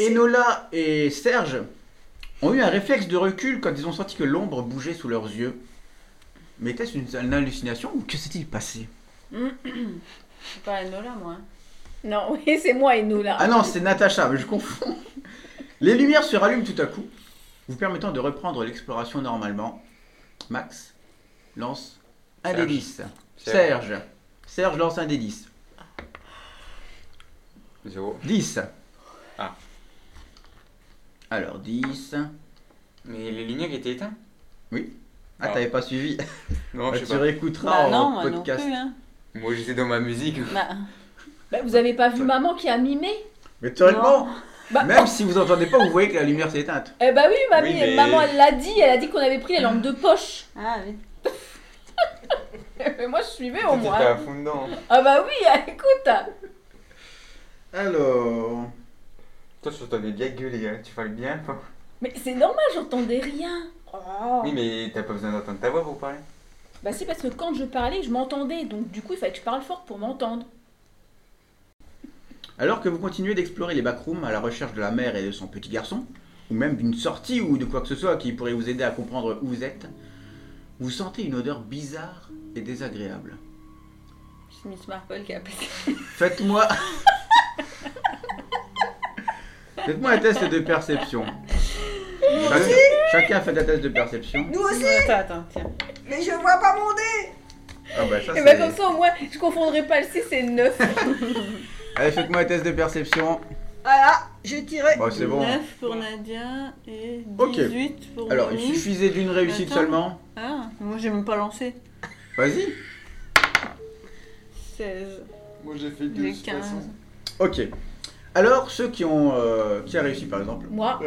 S1: Enola et Serge ont eu un réflexe de recul quand ils ont senti que l'ombre bougeait sous leurs yeux. Mais était-ce une, une hallucination ou que s'est-il passé
S3: Je suis pas Enola moi. hein.
S5: Non, [LAUGHS] oui, c'est moi et nous là.
S1: Ah non, c'est Natacha, mais je confonds. Les lumières se rallument tout à coup, vous permettant de reprendre l'exploration normalement. Max lance un
S4: Serge.
S1: des 10. Serge. Serge lance un des 10.
S4: Zéro.
S1: 10.
S4: Ah.
S1: Alors Ah, 10.
S4: Mais les lumières étaient éteintes
S1: Ah,
S4: Ah.
S1: t'avais pas suivi.
S4: Non, je
S1: tu
S4: sais pas.
S1: réécouteras
S3: Bah
S1: en
S3: non, moi non
S1: podcast.
S3: plus. Hein.
S4: Moi, j'étais dans ma musique.
S3: Bah,
S5: Bah, vous avez pas vu maman qui a mimé
S1: Mais théoriquement,
S5: Bah,
S3: oh.
S1: même si vous entendez pas, vous voyez que la lumière s'est éteinte.
S5: Eh bah oui, mamie,
S4: Oui, mais-
S5: maman elle l'a dit, elle a dit qu'on avait pris la lampe de poche.
S3: ah oui.
S5: Mais [LAUGHS] moi je suivais au
S4: T'étais à
S5: moins.
S4: fond dedans.
S5: Ah bah oui, [LAUGHS] écoute.
S1: Alors.
S4: Toi, tu t'entendais bien gueuler, hein. tu parles bien. toi.
S5: Mais c'est normal, j'entendais rien. Oh.
S4: Oui, mais t'as pas besoin d'entendre ta voix pour parler.
S5: Bah si parce que quand je parlais, je m'entendais, donc du coup il fallait que je parle fort pour m'entendre.
S1: Alors que vous continuez d'explorer les backrooms à la recherche de la mère et de son petit garçon, ou même d'une sortie ou de quoi que ce soit qui pourrait vous aider à comprendre où vous êtes, vous sentez une odeur bizarre et désagréable.
S3: C'est Miss Marple qui a pété.
S1: Faites-moi. Faites-moi un test de perception. Chacun- Chacun fait un test de perception.
S6: Nous aussi,
S3: Attends, attends, tiens.
S6: mais je vois pas mon nez.
S1: Ah bah ça
S5: Et bah
S1: c'est.
S5: comme ça au moins je confondrai pas le 6 et le [LAUGHS] 9.
S1: Allez, faites-moi un test de perception.
S6: Voilà, j'ai tiré.
S1: Bon, c'est bon. hein.
S3: 9 pour Nadia et 18
S1: Ok.
S3: pour
S1: Alors, il
S3: Mimi.
S1: suffisait d'une réussite
S3: Attends.
S1: seulement.
S3: Ah, moi j'ai même pas lancé.
S1: Vas-y.
S3: 16.
S4: Moi, j'ai fait
S3: J'ai 15.
S1: Ok. Alors, ceux qui ont. euh, qui a réussi par exemple.
S5: Moi,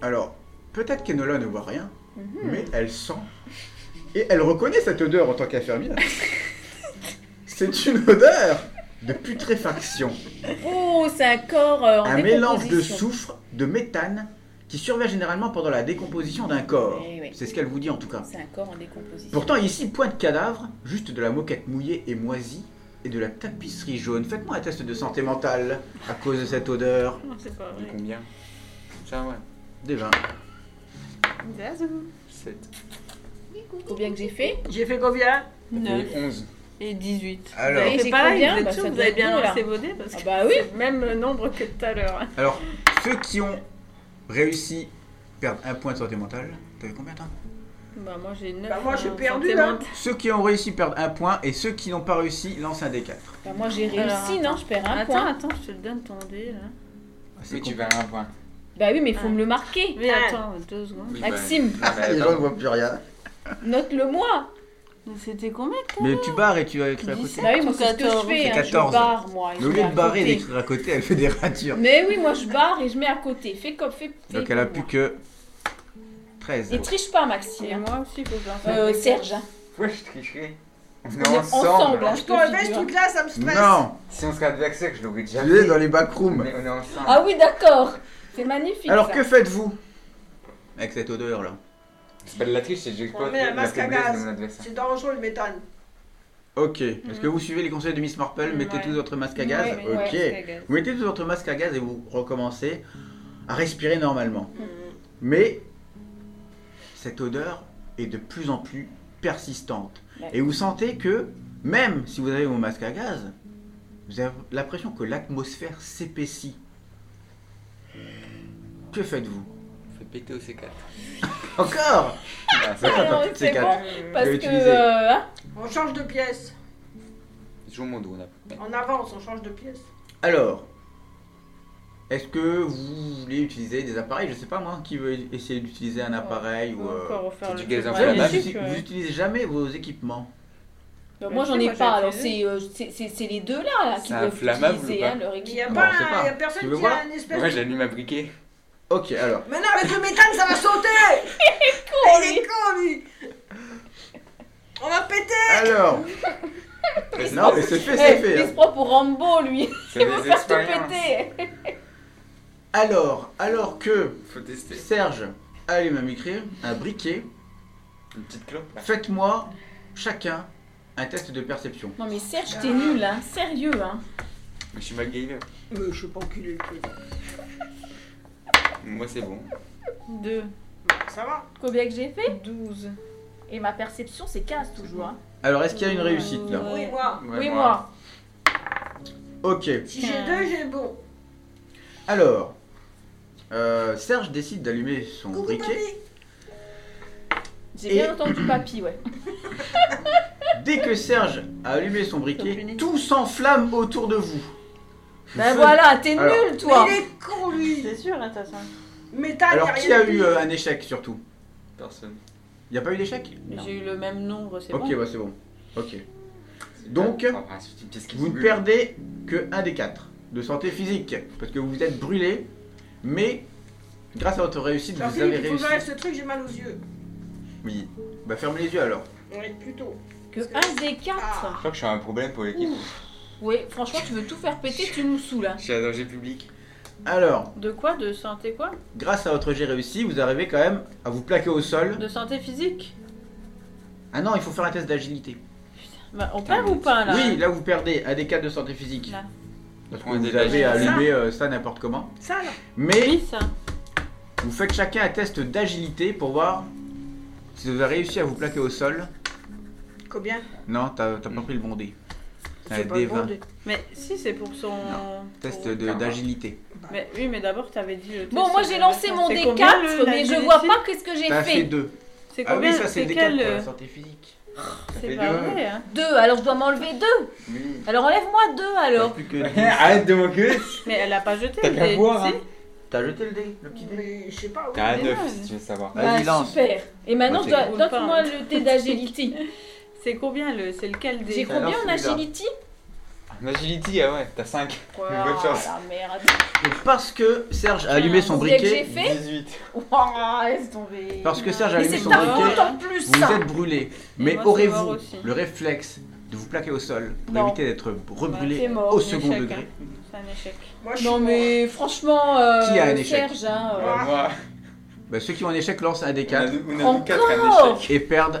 S1: Alors, peut-être qu'Enola ne voit rien,
S5: Mhm.
S1: mais elle sent. Et elle reconnaît cette odeur en tant
S5: [LAUGHS]
S1: qu'infirmière. C'est une odeur de putréfaction.
S5: oh, c'est un corps euh, en
S1: un mélange de
S5: décomposition.
S1: soufre, de méthane, qui survient généralement pendant la décomposition d'un corps.
S5: Eh oui.
S1: C'est ce qu'elle vous dit en tout cas.
S5: C'est un corps en décomposition.
S1: Pourtant, ici, point de cadavre, juste de la moquette mouillée et moisie, et de la tapisserie jaune. Faites-moi un test de santé mentale à cause de cette odeur.
S3: Non, c'est pas
S4: Dis
S3: vrai.
S4: combien Ça, ouais.
S1: Des vins.
S3: Zazou.
S4: 7.
S5: Combien que j'ai fait
S2: J'ai fait combien
S3: 9
S4: 11.
S3: et 18.
S1: Alors-
S3: Vous avez
S5: Et
S3: fait
S5: j'ai
S3: pareil,
S5: combien
S3: vous êtes
S5: Bah,
S3: sûr
S5: ça
S3: que vous
S5: doit
S3: avez
S5: être
S3: bien
S5: bon, là.
S3: lancé vos dés parce
S5: Ah
S3: que
S5: bah oui.
S3: c'est le même nombre que tout à l'heure.
S5: hein.
S1: Alors, ceux qui ont réussi perdent un point de santé mentale. T'avais combien, toi
S3: Bah moi j'ai 9.
S2: Bah, moi, j'ai perdu, là.
S1: Ceux qui ont réussi perdent un point, et ceux qui n'ont pas réussi lancent un D4.
S5: Bah, moi j'ai
S3: Alors,
S5: réussi,
S3: attends.
S5: non, je perds un
S3: attends,
S5: point.
S3: attends, je te le donne ton dé là.
S1: Ah,
S4: Oui, tu
S1: con.
S4: vas à un point.
S5: Bah oui, mais faut
S3: Ah.
S5: me le marquer.
S3: Mais
S2: Ah.
S3: attends, deux secondes.
S4: Oui, bah,
S5: Maxime,
S4: non, mais
S1: Ah, Les gens ne
S4: attends.
S1: voient plus rien.
S5: note-le moi.
S3: Mais C'était combien
S1: Mais tu barres et tu vas écrire à côté.
S5: Bah oui, moi
S3: Ou
S5: c'est ce que je
S3: 14.
S5: fais, hein, je
S1: 14.
S5: barre moi. et
S1: Mais
S5: je
S1: au lieu
S5: mets
S1: de
S5: à
S1: barrer et
S5: côté.
S1: d'écrire à côté, elle fait des ratures.
S5: Mais oui, moi je barre et je mets à côté. Fais comme, fais. fais
S1: Donc elle a
S5: comme
S1: plus
S5: moi.
S1: que 13.
S5: Et triche pas,
S3: Et
S5: Maxime. hein.
S3: moi aussi, il faut faire ça.
S5: Euh, Serge. hein.
S4: Ouais, je tricherai. On
S5: On est ensemble, hein, je te
S6: Quand enlever ce
S5: figure.
S6: truc-là, ça me stresse.
S1: Non
S4: Si on se regarde avec ça, je l'aurais déjà
S1: Tu es
S4: fait.
S1: dans les backrooms.
S4: Mais on est ensemble.
S5: Ah oui, d'accord. C'est magnifique.
S1: Alors
S5: ça.
S1: que faites-vous Avec cette odeur là.
S4: C'est pas de la triche, c'est que
S6: On
S4: j'exploite
S6: met un
S4: la
S6: masque à
S4: faiblesse
S6: gaz.
S4: de mon adversaire.
S6: C'est dangereux le méthane.
S1: Ok. Est-ce que vous suivez les conseils de Miss Marple Mettez
S3: Ouais.
S1: tous votre masque à gaz.
S5: Mm. Ouais,
S1: ok.
S5: ouais,
S1: Vous mettez tout votre masque à gaz et vous recommencez à respirer normalement.
S5: Mhm.
S1: Mais cette odeur est de plus en plus persistante.
S5: Ouais.
S1: Et vous sentez que, même si vous avez vos masques à gaz, vous avez l'impression que l'atmosphère s'épaissit. Que faites-vous
S4: Fais péter au C4.
S1: Encore
S4: Ah,
S5: Alors,
S1: Attends,
S5: Ah c'est
S1: quatre.
S5: bon, parce que.
S1: utilisé.
S5: euh, hein,
S6: On change de pièce.
S4: Joue mon dos là.
S6: On avance, on change de pièce.
S1: Alors, est-ce que vous voulez utiliser des appareils Je sais pas moi, qui veut essayer d'utiliser un appareil ou... euh,
S3: encore refaire
S4: c'est
S3: le
S4: du gaz
S3: truc.
S1: Ouais, mais
S4: inflammable.
S1: vous, uti- vous utilisez jamais vos équipements.
S5: bah, moi
S3: je
S5: j'en
S3: sais,
S5: ai
S3: moi, j'ai
S5: pas, alors
S3: utilisé.
S5: c'est euh, c'est- c'est- c'est les deux là, là qui
S4: C'est
S5: peuvent
S4: inflammable ou
S5: utiliser
S4: pas
S5: hein, leur
S6: Il n'y a,
S5: équipe.
S1: Bon,
S6: pas,
S1: on sait pas.
S6: un- y a
S1: Tu
S6: personne
S1: veux
S6: qui
S1: voir
S6: a un espèce
S4: Moi,
S6: de...
S4: j'allume un briquet.
S1: Ok, alors.
S6: Mais non, avec le méthane, ça va sauter
S2: [LAUGHS]
S6: Il est con, lui On va péter
S1: [LAUGHS] Alors Non, mais c'est fait,
S5: Eh,
S1: c'est
S5: il
S1: fait.
S5: se
S1: hein.
S5: prend pour Rambo
S1: [LAUGHS]
S5: lui,
S4: C'est
S5: il veut
S4: des
S5: faire tout
S4: expériences.
S5: péter.
S1: Alors, alors que
S4: Faut tester.
S1: Serge allume un micro, un briquet,
S4: Une petite clope là.
S1: faites-moi chacun un test de perception.
S5: Non mais Serge t'es nul hein, sérieux hein.
S4: Mais je suis MacGyver.
S2: Mais je sais pas enculé le truc.
S4: Moi, c'est bon.
S3: 2,
S6: Ça va
S5: Combien que j'ai fait
S3: 12.
S5: Et ma perception c'est 15 toujours. hein.
S1: Alors, est-ce qu'il y a une réussite là
S6: Oui, moi.
S4: Ouais,
S5: oui moi.
S1: Ok,
S6: Si j'ai
S3: Tiens.
S6: deux, j'ai bon.
S1: alors. euh, Serge décide d'allumer son
S6: Coucou,
S1: briquet.
S6: papy
S5: J'ai
S1: Et-
S5: bien entendu
S1: [LAUGHS]
S5: papy ouais.
S1: Dès que Serge a allumé son
S3: Au
S1: briquet,
S3: plus vite.
S1: tout s'enflamme autour de vous.
S5: Ben voilà, t'es
S1: Alors.
S5: nul toi
S6: Mais il est con lui
S3: C'est sûr, attention.
S6: Mais t'as
S1: Alors,
S6: rien
S1: qui a
S6: dit.
S1: eu euh, un échec surtout
S4: Personne.
S1: Il n'y a pas eu d'échec
S3: J'ai eu le même nombre, c'est
S1: Ok,
S3: bon.
S1: bah c'est bon. Ok. Donc,
S4: Enfin, hein, c'est une pièce qui
S1: Vous ne
S4: brûle.
S1: perdez que un des quatre de santé physique parce que vous vous êtes brûlé, mais grâce à votre réussite, vous
S6: Jean-Philippe,
S1: avez
S6: il faut que
S1: réussi.
S6: j'arrête ce truc, j'ai mal aux yeux.
S1: Oui. Bah ferme les yeux alors.
S6: Ouais, plutôt.
S5: Que un des
S3: Ah.
S5: quatre
S4: Je crois que je suis un problème pour l'équipe.
S5: Oui, franchement, tu veux tout faire péter, tu nous saoules. hein.
S4: Je suis un danger public.
S1: Alors,
S3: De quoi De santé quoi
S1: grâce à votre jet réussi, vous arrivez quand même à vous plaquer au sol.
S3: De santé physique
S1: Ah non, il faut faire un test d'agilité.
S3: Bah, On
S5: Ah,
S3: perd ou pas là
S1: Oui, là vous perdez un des quatre de santé physique.
S3: Là.
S1: Parce que
S4: On
S1: vous
S4: dégage.
S1: avez
S6: Ça.
S1: allumé euh, ça n'importe comment.
S6: Ça là
S1: Mais
S3: Oui, ça.
S1: vous faites chacun un test d'agilité pour voir si vous avez réussi à vous plaquer au sol.
S6: Combien
S1: Non, t'as t'as pas pris le bon dé. Un
S6: C'est pas
S1: dé
S6: bon,
S1: 20.
S6: de-
S3: Mais si, c'est pour son.
S1: Test
S3: pour-
S1: de- d'agilité.
S3: Mais oui, mais d'abord, t'avais dit. le
S5: Bon,
S3: test
S5: moi
S3: de-
S5: j'ai lancé mon
S3: C'est
S5: D4,
S3: combien, le-
S5: mais je
S3: l'agilité
S5: vois pas qu'est-ce que j'ai
S1: T'as fait
S5: fait.
S1: deux.
S3: C'est
S1: Ah oui,
S3: combien
S1: ça c'est
S3: C'est
S1: des quatre
S3: quel.
S1: pour la
S3: euh,
S1: santé physique.
S3: C'est
S4: fait
S3: pas
S4: deux.
S3: vrai, hein.
S5: Deux, alors je dois m'enlever deux.
S4: Oui.
S5: Alors enlève-moi deux alors.
S1: plus [LAUGHS] que
S4: [LAUGHS] Arrête de [LAUGHS] m'engueuler
S3: Mais elle a pas jeté.
S4: T'as
S3: le
S4: qu'à
S3: dé,
S4: voir,
S3: si.
S4: hein.
S1: T'as jeté le dé, le petit dé.
S6: Mais je sais pas.
S4: T'as un
S3: Mais
S4: 9
S3: non.
S4: si tu veux savoir.
S1: Vas-y, lance.
S5: Ah, super. Et maintenant,
S1: Moi,
S5: je
S3: c'est-
S5: dois... donne-moi le dé d'agility.
S3: C'est combien le. C'est lequel
S5: J'ai
S3: des.
S1: Alors,
S5: combien en
S1: celui-là.
S5: agility
S4: En agility, ah ouais, t'as 5. Bonne
S5: Ah,
S4: chance.
S5: la merde.
S1: Et parce que Serge a allumé son
S5: Vous voulez que
S1: briquet,
S5: j'ai fait
S4: 18.
S5: Ouah, laisse tomber.
S1: parce que Serge a
S5: Mais
S1: allumé
S5: c'est
S1: son
S5: ta faute
S1: briquet,
S5: en plus.
S1: vous
S5: ça.
S1: êtes brûlé. Mais
S3: moi, c'est mort
S1: aurez-vous
S3: aussi.
S1: le réflexe de vous plaquer au sol pour
S5: Non.
S1: éviter d'être rebrûlé
S5: c'est mort, hein.
S1: au
S5: un
S1: second
S3: échec,
S1: degré
S3: C'est un échec.
S6: Moi, je suis
S5: Non
S6: mort.
S5: mais franchement, euh,
S1: Qui a un échec
S5: Serge, hein, euh,
S4: Bah, moi,
S1: Bah, Ceux qui ont un échec lancent un des
S4: on a
S1: quatre
S4: nous- on a nous
S5: Encore
S4: quatre à un échec.
S1: et perdent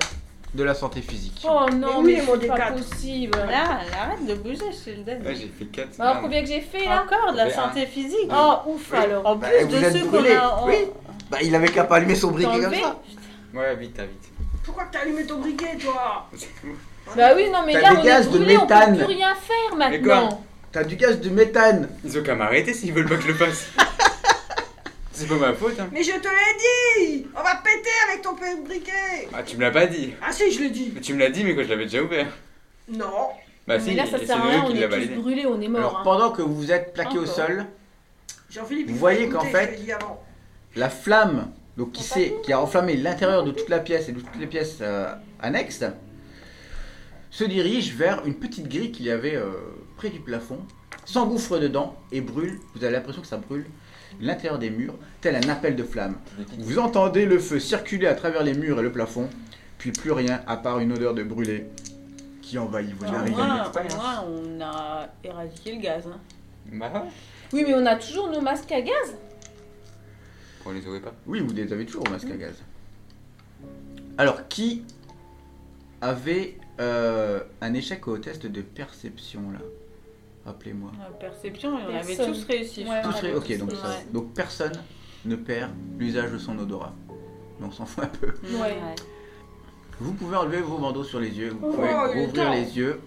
S1: de la santé physique.
S5: Oh non,
S6: Mais oui,
S5: mais
S6: mon
S5: c'est pas
S6: D4.
S5: possible. Bah,
S3: Là, elle arrête de bouger, c'est le dead.
S4: Ouais, j'ai fait 4.
S5: Alors combien que j'ai fait là
S3: Encore de la
S4: J'ai
S3: santé physique.
S5: Oh ouf alors.
S3: En
S1: hein. Bah,
S3: plus
S1: vous
S3: de
S1: êtes
S3: ceux qu'on
S1: brûlés,
S3: a. en-
S1: oui. Bah il avait qu'à pas allumer son briquet comme
S5: T'enlever
S1: ça.
S4: Ouais, vite, t'as vite.
S6: Pourquoi que t'as allumé ton briquet, toi
S5: [LAUGHS] Bah oui non mais
S1: T'as
S5: là
S1: des
S5: on
S1: gaz
S5: est
S1: de
S5: brûlés, on
S1: méthane.
S5: peut plus rien faire
S4: Mais quoi
S5: maintenant.
S1: T'as du gaz de méthane.
S4: Ils ont qu'à m'arrêter s'ils veulent pas que je
S5: [LAUGHS]
S4: le fasse. C'est pas ma faute, hein.
S6: Mais je te l'ai dit On va péter avec ton p- briquet
S4: Ah, tu me l'as pas dit.
S6: Ah si, je l'ai dit
S4: Mais tu me l'as dit, mais quoi, je l'avais déjà ouvert.
S6: Non
S4: Bah,
S5: mais là ça
S4: c'est
S5: sert à
S4: nous
S5: rien,
S4: qui
S5: on
S4: l'a
S5: est
S4: validé.
S5: tous brûlés, on est
S1: Alors
S5: morts. hein.
S1: pendant que vous vous êtes plaqué au
S5: Encore.
S1: sol,
S6: Jean-Philippe,
S1: Vous
S6: il faut
S1: voyez qu'en
S6: écouter,
S1: fait-
S6: je te l'ai dit avant.
S1: La flamme donc qui, s'est- qui a enflammé l'intérieur de toute la pièce et de toutes les pièces euh, annexes se dirige vers une petite grille qu'il y avait euh, près du plafond, s'engouffre dedans et brûle. Vous avez l'impression que ça brûle l'intérieur des murs, tel un appel de flamme. Vous entendez le feu circuler à travers les murs et le plafond, puis plus rien à part une odeur de brûlé qui envahit vos
S3: Au Ah, moins,
S1: narines.
S4: rien.
S3: au moins, on a éradiqué le gaz. hein.
S4: Bah, ouais.
S5: hein. Oui mais on a toujours nos masques à gaz.
S4: On les aurait pas.
S1: Oui, vous les avez toujours au masque à gaz. Alors, qui avait euh, un échec au test de perception là Rappelez-moi.
S3: La Perception, et on avait
S5: Personne.
S3: tous réussi. je
S5: Ouais,
S1: Tous
S3: crois.
S1: ré- Ok, donc,
S5: Ouais.
S1: ça va. donc personne ne perd l'usage de son odorat. Mais on s'en fout un peu.
S5: Ouais.
S1: Vous pouvez enlever vos bandeaux sur les yeux, vous
S6: Oh,
S1: pouvez
S6: il est
S1: rouvrir
S6: temps.
S1: les yeux.